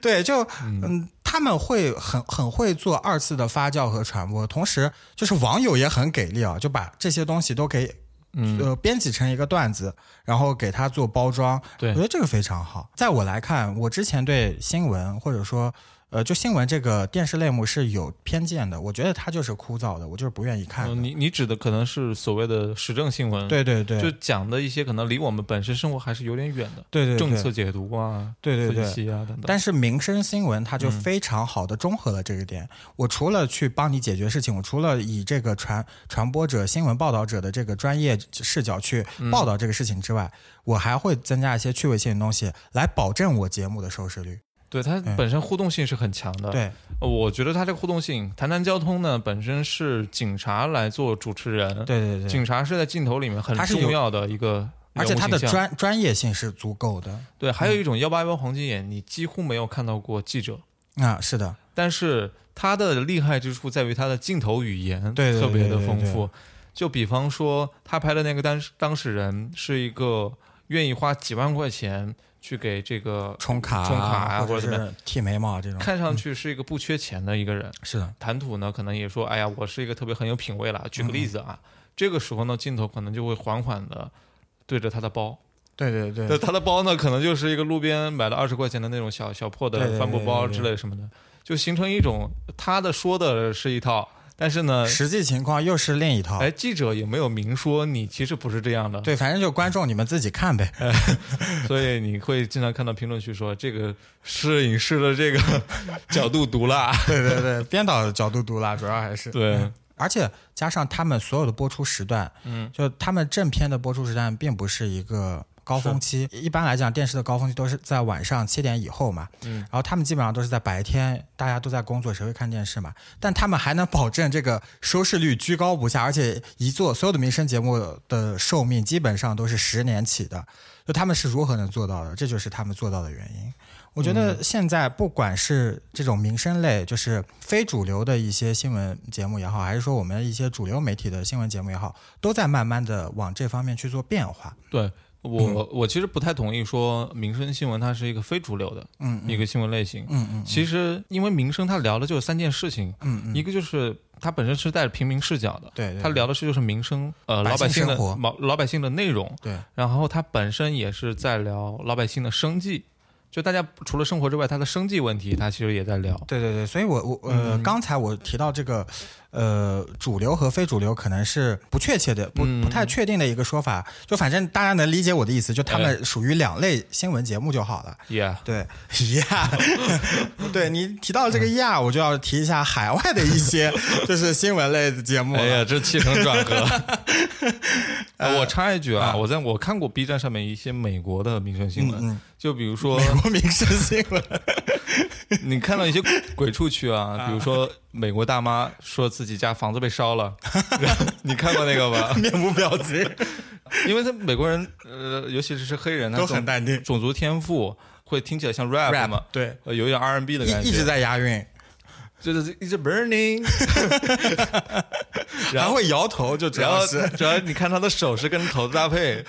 [SPEAKER 2] 对，就嗯，他们会很很会做二次的发酵和传播，同时就是网友也很给力啊，就把这些东西都给。
[SPEAKER 1] 嗯
[SPEAKER 2] 呃，编辑成一个段子，然后给它做包装，
[SPEAKER 1] 对
[SPEAKER 2] 我觉得这个非常好。在我来看，我之前对新闻或者说，呃，就新闻这个电视类目是有偏见的，我觉得它就是枯燥的，我就是不愿意看的。
[SPEAKER 1] 嗯你你指的可能是所谓的时政新闻，，
[SPEAKER 2] 对对对，
[SPEAKER 1] 就讲的一些可能离我们本身生活还是有点远的
[SPEAKER 2] 对对对
[SPEAKER 1] 政策解读啊、
[SPEAKER 2] 对对对
[SPEAKER 1] 分析啊等等。
[SPEAKER 2] 但是民生新闻它
[SPEAKER 1] 嗯
[SPEAKER 2] 就非常好的中和了这个点。我除了去帮你解决事情，我除了以这个传传播者、新闻报道者的这个专业视角去
[SPEAKER 1] 嗯
[SPEAKER 2] 报道这个事情之外，我还会增加一些趣味性的东西，来保证我节目的收视率。
[SPEAKER 1] 对它本身互动性是很强的。，
[SPEAKER 2] 嗯
[SPEAKER 1] 呃
[SPEAKER 2] 对
[SPEAKER 1] 我觉得它这个互动性，谈谈交通呢，本身是警察来做主持人，，
[SPEAKER 2] 对对对，
[SPEAKER 1] 警察是在镜头里面很
[SPEAKER 2] 它是有
[SPEAKER 1] 重要的一个人
[SPEAKER 2] 而
[SPEAKER 1] 物形象。
[SPEAKER 2] 且它的专嗯专业性是足够的。
[SPEAKER 1] 对，还有一种幺八幺黄金眼，你几乎没有看到过记者，
[SPEAKER 2] 啊，是的，
[SPEAKER 1] 但是它的厉害之处在于它的镜头语言
[SPEAKER 2] 对对对
[SPEAKER 1] 特别的丰
[SPEAKER 2] 对对
[SPEAKER 1] 富。就比方说，他拍的那个当当事人是一个愿意花几万块钱去给这个
[SPEAKER 2] 冲卡啊、
[SPEAKER 1] 冲卡啊
[SPEAKER 2] 或
[SPEAKER 1] 或者怎么
[SPEAKER 2] 是剃眉毛啊这种，
[SPEAKER 1] 看上去是一个不缺钱的一个人，
[SPEAKER 2] 是的，
[SPEAKER 1] 谈吐呢可能也说，哎呀，我是一个特别很有品味了。举个例子
[SPEAKER 2] 嗯
[SPEAKER 1] 啊，这个时候呢，镜头可能就会缓缓的对着他的包，
[SPEAKER 2] 对对对
[SPEAKER 1] 那他的包呢，可能就是一个路边买了二十块钱的那种小小破
[SPEAKER 2] 对对
[SPEAKER 1] 的
[SPEAKER 2] 对
[SPEAKER 1] 帆布包
[SPEAKER 2] 对对
[SPEAKER 1] 之类什么的，就形成一种他的说的是一套，但是呢，
[SPEAKER 2] 呃实际情况又是另一套。
[SPEAKER 1] 哎，记者也没有明说你其实不是这样的，
[SPEAKER 2] 对，反正就观众你们自己看呗。
[SPEAKER 1] 所以你会经常看到评论区说这个摄影师的这个 角度毒辣，
[SPEAKER 2] 对对对， 编导的角度读啦，主要还 是。
[SPEAKER 1] 对，
[SPEAKER 2] 而且加上他们所有的播出时段，
[SPEAKER 1] 嗯，
[SPEAKER 2] 就他们正片的播出时段并不是一个高峰期。一般来讲，电视的高峰期都是在晚上七点以后嘛，
[SPEAKER 1] 嗯
[SPEAKER 2] 然后他们基本上都是在白天，大家都在工作，谁会看电视嘛？但他们还能保证这个收视率居高不下，而且一做所有的民生节目的寿命基本上都是十年起的，就他们是如何能做到的？这就是他们做到的原因。我觉得现在不管是这种民生类，就是非主流的一些新闻节目也好，还是说我们一些主流媒体的新闻节目也好，都在慢慢的往这方面去做变化。
[SPEAKER 1] 对我，我其实不太同意说民生新闻它是一个非主流的
[SPEAKER 2] 嗯
[SPEAKER 1] 一个新闻类型。
[SPEAKER 2] 嗯嗯
[SPEAKER 1] 其实因为民生它聊的就是三件事情，
[SPEAKER 2] 嗯嗯，
[SPEAKER 1] 一个就是它本身是带着平民视角的，
[SPEAKER 2] 对对
[SPEAKER 1] 它聊的是就是民生，呃，
[SPEAKER 2] 嗯百
[SPEAKER 1] 老
[SPEAKER 2] 姓
[SPEAKER 1] 百姓的
[SPEAKER 2] 生活
[SPEAKER 1] 老老百姓的内容，
[SPEAKER 2] 对
[SPEAKER 1] 然后它本身也是在聊老百姓的生计，就大家除了生活之外，它的生计问题，它其实也在聊。
[SPEAKER 2] 对对对，所以我我呃，刚才我提到这个呃，主流和非主流可能是不确切的，不不太确定的一个说法。就反正大家能理解我的意思，就他们属于两类新闻节目就好了。
[SPEAKER 1] Yeah，
[SPEAKER 2] 对呀， 对你提到这个呀，我就要提一下海外的一些就是新闻类的节目了。
[SPEAKER 1] 哎呀，这起承转合。 呃我插一句啊，我在我看过 B 站上面一些美国的民生新闻，就比如说
[SPEAKER 2] 美国民生新闻，
[SPEAKER 1] 你看到一些鬼畜区啊，比如说美国大妈说自己家房子被烧了，然后你看过那个吧？
[SPEAKER 2] 面无表情。
[SPEAKER 1] 因为他美国人，呃，尤其是黑人，他
[SPEAKER 2] 都
[SPEAKER 1] 种
[SPEAKER 2] 很淡定
[SPEAKER 1] 种族天赋会听起来像 rap 嘛，
[SPEAKER 2] 对，
[SPEAKER 1] 呃有一点 R&B 的感
[SPEAKER 2] 一
[SPEAKER 1] 觉，
[SPEAKER 2] 一直在押韵，
[SPEAKER 1] 就是一直 burning，然
[SPEAKER 2] 还
[SPEAKER 1] 后
[SPEAKER 2] 会摇头，就主
[SPEAKER 1] 然
[SPEAKER 2] 要
[SPEAKER 1] 后
[SPEAKER 2] 是
[SPEAKER 1] 主要你看他的手势跟头的搭配，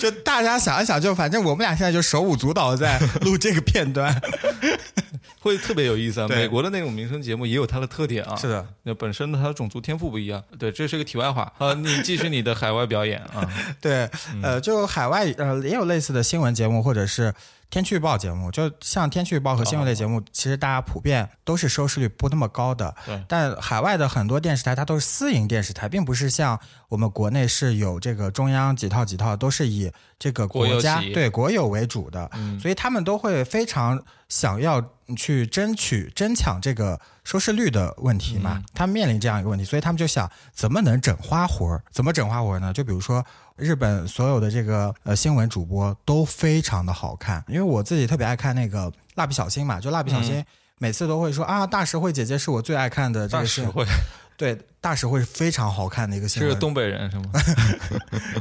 [SPEAKER 2] 就大家想一想，就反正我们俩现在就手舞足蹈在录这个 片段，
[SPEAKER 1] 会特别有意思啊。
[SPEAKER 2] 对
[SPEAKER 1] 美国的那种民生节目也有它的特点啊，
[SPEAKER 2] 是的，
[SPEAKER 1] 那本身它的种族天赋不一样。对，这是个题外话啊、呃你继续你的海外表演啊，
[SPEAKER 2] 对，呃，就海外呃也有类似的新闻节目或者是天气预报节目，就像天气预报和新闻
[SPEAKER 1] 哦
[SPEAKER 2] 类节目，其实大家普遍都是收视率不那么高的。
[SPEAKER 1] 对
[SPEAKER 2] 但海外的很多电视台它都是私营电视台，并不是像我们国内是有这个中央几套几套，都是以这个
[SPEAKER 1] 国有
[SPEAKER 2] 国家
[SPEAKER 1] 企业
[SPEAKER 2] 对国有为主的，
[SPEAKER 1] 嗯
[SPEAKER 2] 所以他们都会非常想要去争取争抢这个收视率的问题
[SPEAKER 1] 嗯
[SPEAKER 2] 嘛。他们面临这样一个问题，所以他们就想怎么能整花活儿？怎么整花活儿呢？就比如说。日本所有的这个呃新闻主播都非常的好看，因为我自己特别爱看那个蜡笔小新嘛，就蜡笔小新每次都会说、啊，大石慧姐姐是我最爱看的这
[SPEAKER 1] 嗯大
[SPEAKER 2] 个
[SPEAKER 1] 实
[SPEAKER 2] 新
[SPEAKER 1] 惠，
[SPEAKER 2] 对，大石会是非常好看的一个新
[SPEAKER 1] 这
[SPEAKER 2] 闻。
[SPEAKER 1] 是东北人是吗？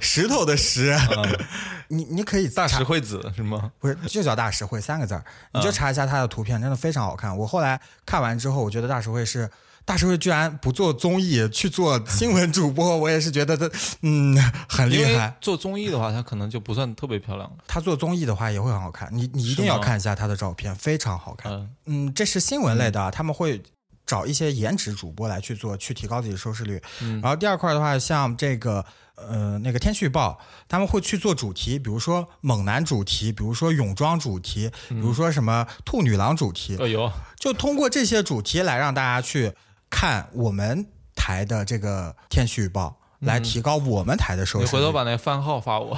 [SPEAKER 2] 石头的石，
[SPEAKER 1] 啊，
[SPEAKER 2] 你你可以
[SPEAKER 1] 大
[SPEAKER 2] 查
[SPEAKER 1] 实惠子是吗？
[SPEAKER 2] 不是就叫大石会三个字儿，
[SPEAKER 1] 嗯
[SPEAKER 2] 你就查一下它的图片，真的非常好看。我后来看完之后，我觉得大石会是大石会居然不做综艺去做新闻主播，我也是觉得他嗯很
[SPEAKER 1] 因
[SPEAKER 2] 厉
[SPEAKER 1] 为
[SPEAKER 2] 害。
[SPEAKER 1] 做综艺的话，她可能就不算特别漂亮了。
[SPEAKER 2] 他做综艺的话也会很好看，你你一定
[SPEAKER 1] 是吗
[SPEAKER 2] 要看一下他的照片，非常好看。
[SPEAKER 1] 嗯，
[SPEAKER 2] 嗯，这是新闻类的啊，他们会找一些颜值主播来去做，去提高自己的收视率。
[SPEAKER 1] 嗯
[SPEAKER 2] 然后第二块的话，像这个呃那个天气预报，他们会去做主题，比如说猛男主题，比如说泳装主题，比
[SPEAKER 1] 嗯
[SPEAKER 2] 如说什么兔女郎主题，
[SPEAKER 1] 哦有，
[SPEAKER 2] 就通过这些主题来让大家去看我们台的这个天气预报。来提高我们台的收
[SPEAKER 1] 嗯
[SPEAKER 2] 视
[SPEAKER 1] 你
[SPEAKER 2] 率。
[SPEAKER 1] 回头把那番号发我。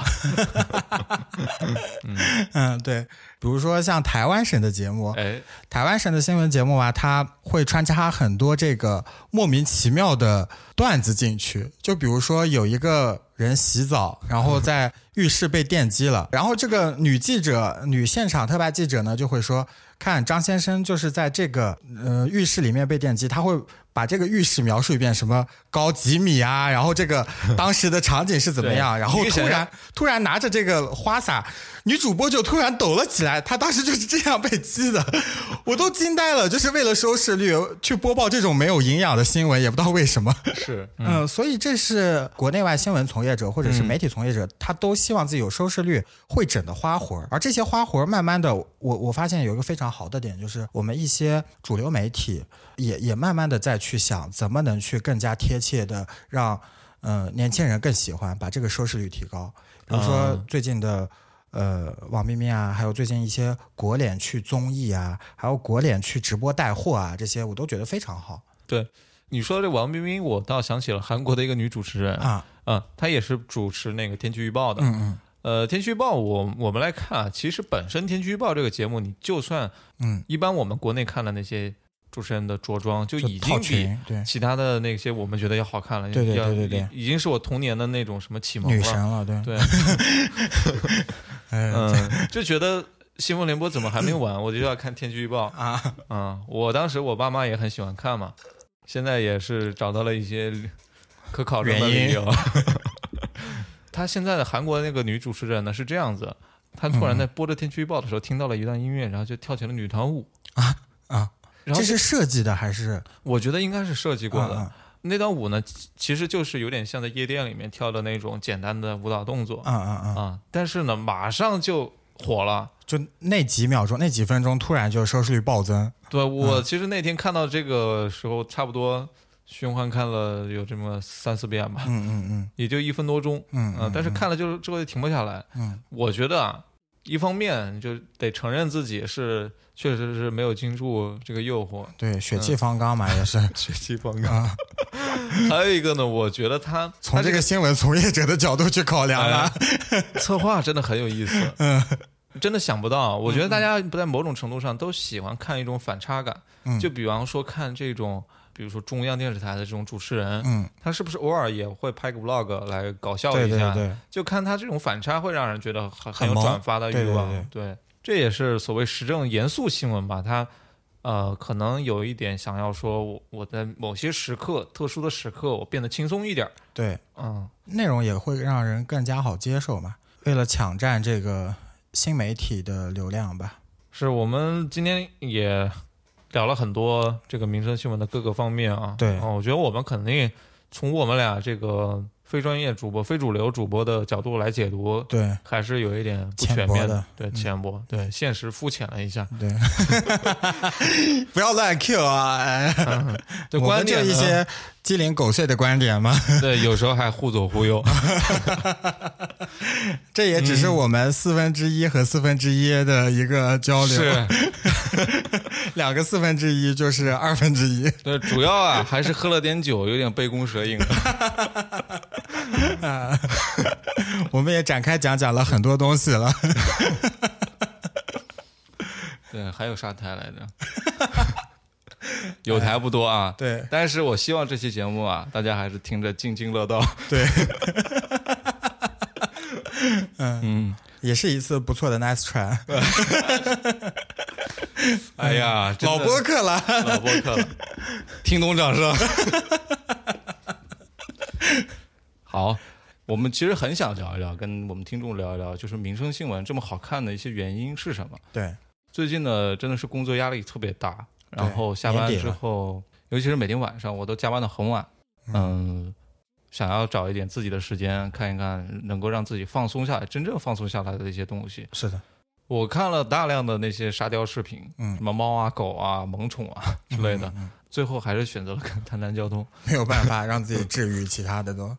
[SPEAKER 2] 嗯，对，比如说像台湾省的节目，
[SPEAKER 1] 哎，
[SPEAKER 2] 台湾省的新闻节目啊，它会穿插很多这个莫名其妙的段子进去。就比如说有一个人洗澡，然后在浴室被电击了， 然后这个女记者、女现场特派记者呢就会说，看张先生就是在这个呃浴室里面被电击，他会。把这个浴室描述一遍，什么高几米啊，然后这个当时的场景是怎么样，
[SPEAKER 1] 对
[SPEAKER 2] 然后
[SPEAKER 1] 一个
[SPEAKER 2] 突
[SPEAKER 1] 想象
[SPEAKER 2] 然突然拿着这个花洒，女主播就突然抖了起来，她当时就是这样被击的，我都惊呆了，就是为了收视率去播报这种没有营养的新闻，也不知道为什么。
[SPEAKER 1] 是，
[SPEAKER 2] 嗯、所以这是国内外新闻从业者或者
[SPEAKER 1] 嗯
[SPEAKER 2] 是媒体从业者，他都希望自己有收视率会整的花活儿。而这些花活儿，慢慢的，我我发现有一个非常好的点，就是我们一些主流媒体也也慢慢的在去想，怎么能去更加贴切的让呃年轻人更喜欢，把这个收视率提高。比如说
[SPEAKER 1] 嗯
[SPEAKER 2] 最近的。呃，网秘密啊，还有最近一些国脸去综艺啊，还有国脸去直播带货啊，这些我都觉得非常好
[SPEAKER 1] 你说这王冰冰，我倒想起了韩国的一个女主持人，
[SPEAKER 2] 啊。
[SPEAKER 1] 嗯，她也是主持那个天气预报的。
[SPEAKER 2] 嗯嗯
[SPEAKER 1] 呃，天气预报，我我们来看啊，其实本身天气预报这个节目，你就算
[SPEAKER 2] 嗯，
[SPEAKER 1] 一般我们国内看的那些主持人的着装，就
[SPEAKER 2] 就
[SPEAKER 1] 已
[SPEAKER 2] 套
[SPEAKER 1] 经比
[SPEAKER 2] 裙对
[SPEAKER 1] 其他的那些我们觉得要好看了。
[SPEAKER 2] 对对
[SPEAKER 1] 要
[SPEAKER 2] 对对对
[SPEAKER 1] 已已经是我童年的那种什么启蒙
[SPEAKER 2] 女神
[SPEAKER 1] 了。
[SPEAKER 2] 了，对，
[SPEAKER 1] 对，
[SPEAKER 2] 嗯
[SPEAKER 1] 嗯， 就觉得新闻联播怎么还没 完，我就要看天气预报。
[SPEAKER 2] 啊，
[SPEAKER 1] 嗯，我当时我爸妈也很喜欢看嘛，现在也是找到了一些可考证的理
[SPEAKER 2] 原因
[SPEAKER 1] 由。 他现在的韩国那个女主持人呢是这样子，她突
[SPEAKER 2] 嗯
[SPEAKER 1] 然在播着天气预报的时候听到了一段音乐，然后就跳起了女团舞
[SPEAKER 2] 啊啊！
[SPEAKER 1] 然后
[SPEAKER 2] 这是设计的还是
[SPEAKER 1] 我觉得应该是设计过的。
[SPEAKER 2] 啊
[SPEAKER 1] 那段舞呢，其其实就是有点像在夜店里面跳的那种简单的舞蹈动作
[SPEAKER 2] 啊啊啊！
[SPEAKER 1] 啊但是呢，马上就火了。
[SPEAKER 2] 就那几秒钟、那几分钟，突然就收视率暴增，
[SPEAKER 1] 对
[SPEAKER 2] 嗯
[SPEAKER 1] 我其实那天看到这个时候，差不多循环看了有这么三四遍吧，
[SPEAKER 2] 嗯嗯
[SPEAKER 1] 也就一分多钟，
[SPEAKER 2] 嗯
[SPEAKER 1] 啊
[SPEAKER 2] 嗯，
[SPEAKER 1] 但是看了就是之后就停不下来。
[SPEAKER 2] 嗯，
[SPEAKER 1] 我觉得啊，一方面就得承认自己是确实是没有经住这个诱惑，
[SPEAKER 2] 对，血气方刚嘛，也是
[SPEAKER 1] 血气方。
[SPEAKER 2] 啊。
[SPEAKER 1] 还有一个呢，我觉得他
[SPEAKER 2] 从
[SPEAKER 1] 他
[SPEAKER 2] 这个新闻从业者的角度去考量啊了，
[SPEAKER 1] 哎 策划真的很有意思，嗯，真的想不到。我觉得大家在某种程度上都喜欢看一种反差感，
[SPEAKER 2] 嗯
[SPEAKER 1] 就比方说看这种，比如说中央电视台的这种主持人，
[SPEAKER 2] 嗯，
[SPEAKER 1] 他是不是偶尔也会拍个 vlog 来搞笑
[SPEAKER 2] 对
[SPEAKER 1] 一
[SPEAKER 2] 对
[SPEAKER 1] 下？
[SPEAKER 2] 对，
[SPEAKER 1] 就看他这种反差会让人觉得很
[SPEAKER 2] 很
[SPEAKER 1] 有
[SPEAKER 2] 萌
[SPEAKER 1] 转发的欲望，
[SPEAKER 2] 对
[SPEAKER 1] 对这也是所谓时政严肃新闻吧，它。呃，可能有一点想要说我我在某些时刻、特殊的时刻，我变得轻松一点儿。
[SPEAKER 2] 对，
[SPEAKER 1] 嗯，
[SPEAKER 2] 内容也会让人更加好接受嘛。为了抢占这个新媒体的流量吧，
[SPEAKER 1] 是我们今天也聊了很多这个民生新闻的各个方面啊。
[SPEAKER 2] 对
[SPEAKER 1] 啊我觉得我们肯定从我们俩这个非专业主播、非主流主播的角度来解读，
[SPEAKER 2] 对
[SPEAKER 1] 还是有一点不
[SPEAKER 2] 浅
[SPEAKER 1] 全
[SPEAKER 2] 薄
[SPEAKER 1] 面
[SPEAKER 2] 的嗯
[SPEAKER 1] 对浅薄，对现实肤浅了一下。
[SPEAKER 2] 对， 不要乱 Q 啊！哎，
[SPEAKER 1] 对
[SPEAKER 2] 我
[SPEAKER 1] 观
[SPEAKER 2] 们就
[SPEAKER 1] 点呢
[SPEAKER 2] 一些鸡零狗碎的观点嘛，
[SPEAKER 1] 对，有时候还互左忽 右。
[SPEAKER 2] 这也只是我们四分之一和四分之一的一个交流，
[SPEAKER 1] 是，
[SPEAKER 2] 两个四分之一就是二分之一。
[SPEAKER 1] 对，主要啊还是喝了点酒，有点杯弓蛇影。啊
[SPEAKER 2] 我们也展开讲讲了很多东西了，
[SPEAKER 1] 对，还有啥台来着？ 有台不多啊。
[SPEAKER 2] 对
[SPEAKER 1] 但是我希望这期节目啊，大家还是听着津津乐道。
[SPEAKER 2] 对，嗯，也是一次不错的 nice try，
[SPEAKER 1] 哎呀，真
[SPEAKER 2] 老
[SPEAKER 1] 的
[SPEAKER 2] 播客了。
[SPEAKER 1] 老播客了，听懂掌 声。好，我们其实很想聊一聊，跟我们听众聊一聊，就是民生新闻这么好看的一些原因是什么？
[SPEAKER 2] 对，
[SPEAKER 1] 最近呢，真的是工作压力特别大，
[SPEAKER 2] 对
[SPEAKER 1] 然后下班
[SPEAKER 2] 年底
[SPEAKER 1] 之
[SPEAKER 2] 了
[SPEAKER 1] 后，尤其是每天晚上，我都加班到很晚，嗯，想要找一点自己的时间看一看，能够让自己放松下来，真正放松下来的一些东西。
[SPEAKER 2] 是的，
[SPEAKER 1] 我看了大量的那些沙雕视频，
[SPEAKER 2] 嗯
[SPEAKER 1] 什么猫啊、狗啊、萌宠啊之类的，最后还是选择了看《谈谈交通》。
[SPEAKER 2] 没有办法让自己治愈其他的都。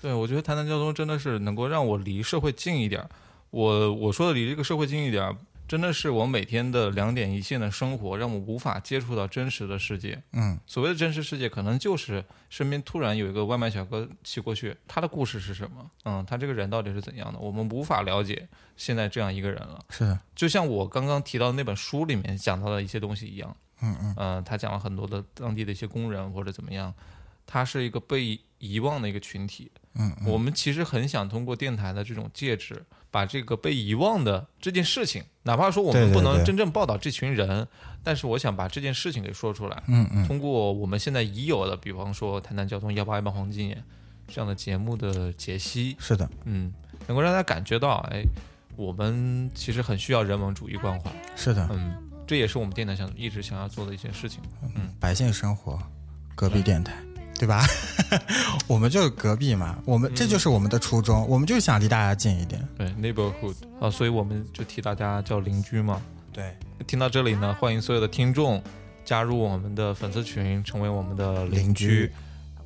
[SPEAKER 1] 对，我觉得《谈谈交通》真的是能够让我离社会近一点儿。我我说的离这个社会近一点儿，真的是我每天的两点一线的生活，让我无法接触到真实的世界。
[SPEAKER 2] 嗯，
[SPEAKER 1] 所谓的真实世界，可能就是身边突然有一个外卖小哥骑过去，他的故事是什么？嗯，他这个人到底是怎样的？我们无法了解现在这样一个人了。
[SPEAKER 2] 是的，
[SPEAKER 1] 就像我刚刚提到那本书里面讲到的一些东西一样，
[SPEAKER 2] 嗯嗯，
[SPEAKER 1] 呃，他讲了很多的当地的一些工人或者怎么样，他是一个被遗忘的一个群体。
[SPEAKER 2] 嗯，
[SPEAKER 1] 我们其实很想通过电台的这种介质，把这个被遗忘的这件事情，哪怕说我
[SPEAKER 2] 对
[SPEAKER 1] 们
[SPEAKER 2] 对
[SPEAKER 1] 不能
[SPEAKER 2] 对
[SPEAKER 1] 真正报道这群人，但是我想把这件事情给说出来。
[SPEAKER 2] 嗯嗯，
[SPEAKER 1] 通过我们现在已有的，比方说《谈谈交通幺八幺八黄金眼》这样的节目的解析，
[SPEAKER 2] 是的，
[SPEAKER 1] 嗯，能够让大家感觉到，哎，我们其实很需要人文主义关怀，
[SPEAKER 2] 是的，
[SPEAKER 1] 嗯，这也是我们电台想一直想要做的一些事情。
[SPEAKER 2] 百姓生活，隔壁电台，对吧？ 我们就是隔壁嘛，我们这就是我们的初衷，我们就想离大家近一点。
[SPEAKER 1] 对，neighborhood 啊，所以我们就替大家叫邻居嘛。
[SPEAKER 2] 对，
[SPEAKER 1] 听到这里呢，欢迎所有的听众加入我们的粉丝群，成为我们的邻
[SPEAKER 2] 邻居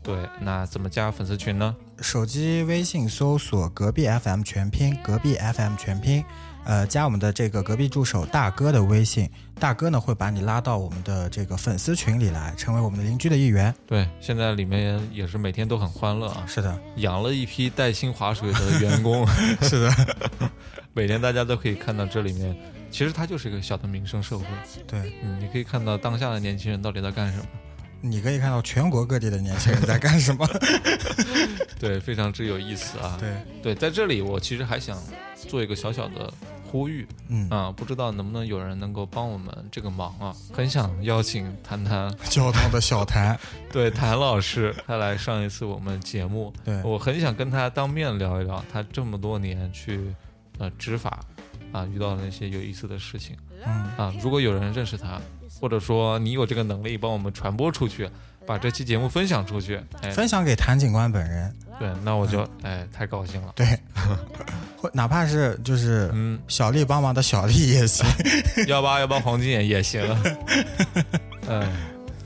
[SPEAKER 1] 对，那怎么加粉丝群呢？
[SPEAKER 2] 手机微信搜索“隔壁 FM” 全拼，隔壁 FM 全拼，呃，加我们的这个隔壁助手大哥的微信，大哥呢会把你拉到我们的这个粉丝群里来，成为我们的邻居的一员。
[SPEAKER 1] 对，现在里面也是每天都很欢乐啊，
[SPEAKER 2] 是的，
[SPEAKER 1] 养了一批带薪划水的员 工，
[SPEAKER 2] 是的，
[SPEAKER 1] 每天大家都可以看到这里面，其实它就是一个小的民生社会。
[SPEAKER 2] 对，
[SPEAKER 1] 嗯，你可以看到当下的年轻人到底在干什么。
[SPEAKER 2] 你可以看到全国各地的年轻人在干什么。
[SPEAKER 1] 对，非常之有意思啊。
[SPEAKER 2] 对，
[SPEAKER 1] 对，在这里我其实还想做一个小小的呼吁
[SPEAKER 2] 嗯，
[SPEAKER 1] 啊，不知道能不能有人能够帮我们这个忙啊，很想邀请谭谭，
[SPEAKER 2] 交通的小谈，
[SPEAKER 1] 对谭老师，他来上一次我们节目，
[SPEAKER 2] 对，
[SPEAKER 1] 我很想跟他当面聊一聊他这么多年去呃执法啊遇到的那些有意思的事情。
[SPEAKER 2] 嗯，
[SPEAKER 1] 啊，如果有人认识他，或者说你有这个能力帮我们传播出去，把这期节目分享出去，哎，
[SPEAKER 2] 分享给谭警官本人，
[SPEAKER 1] 对，那我就哎太高兴了。
[SPEAKER 2] 对，或哪怕是就是
[SPEAKER 1] 嗯，
[SPEAKER 2] 小丽帮忙的小丽也行。
[SPEAKER 1] 幺八幺八黄金眼也行。嗯，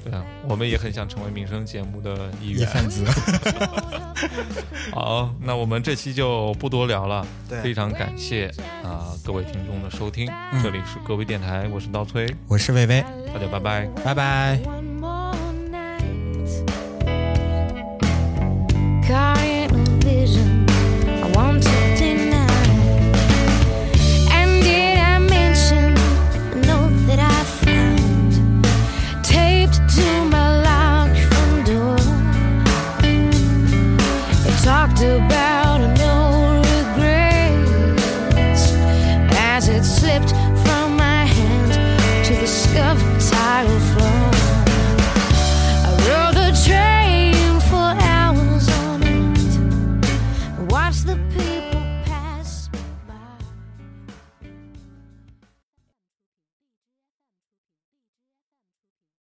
[SPEAKER 1] 对啊，我们也很想成为民生节目的一
[SPEAKER 2] 一
[SPEAKER 1] 员。
[SPEAKER 2] 份子，
[SPEAKER 1] 好，那我们这期就不多聊了，非
[SPEAKER 2] 对，
[SPEAKER 1] 常感谢啊、各位听众的收听，这里是各位电台，我是刀崔，
[SPEAKER 2] 我是薇薇，
[SPEAKER 1] 大家拜拜。
[SPEAKER 2] 拜拜。
[SPEAKER 3] One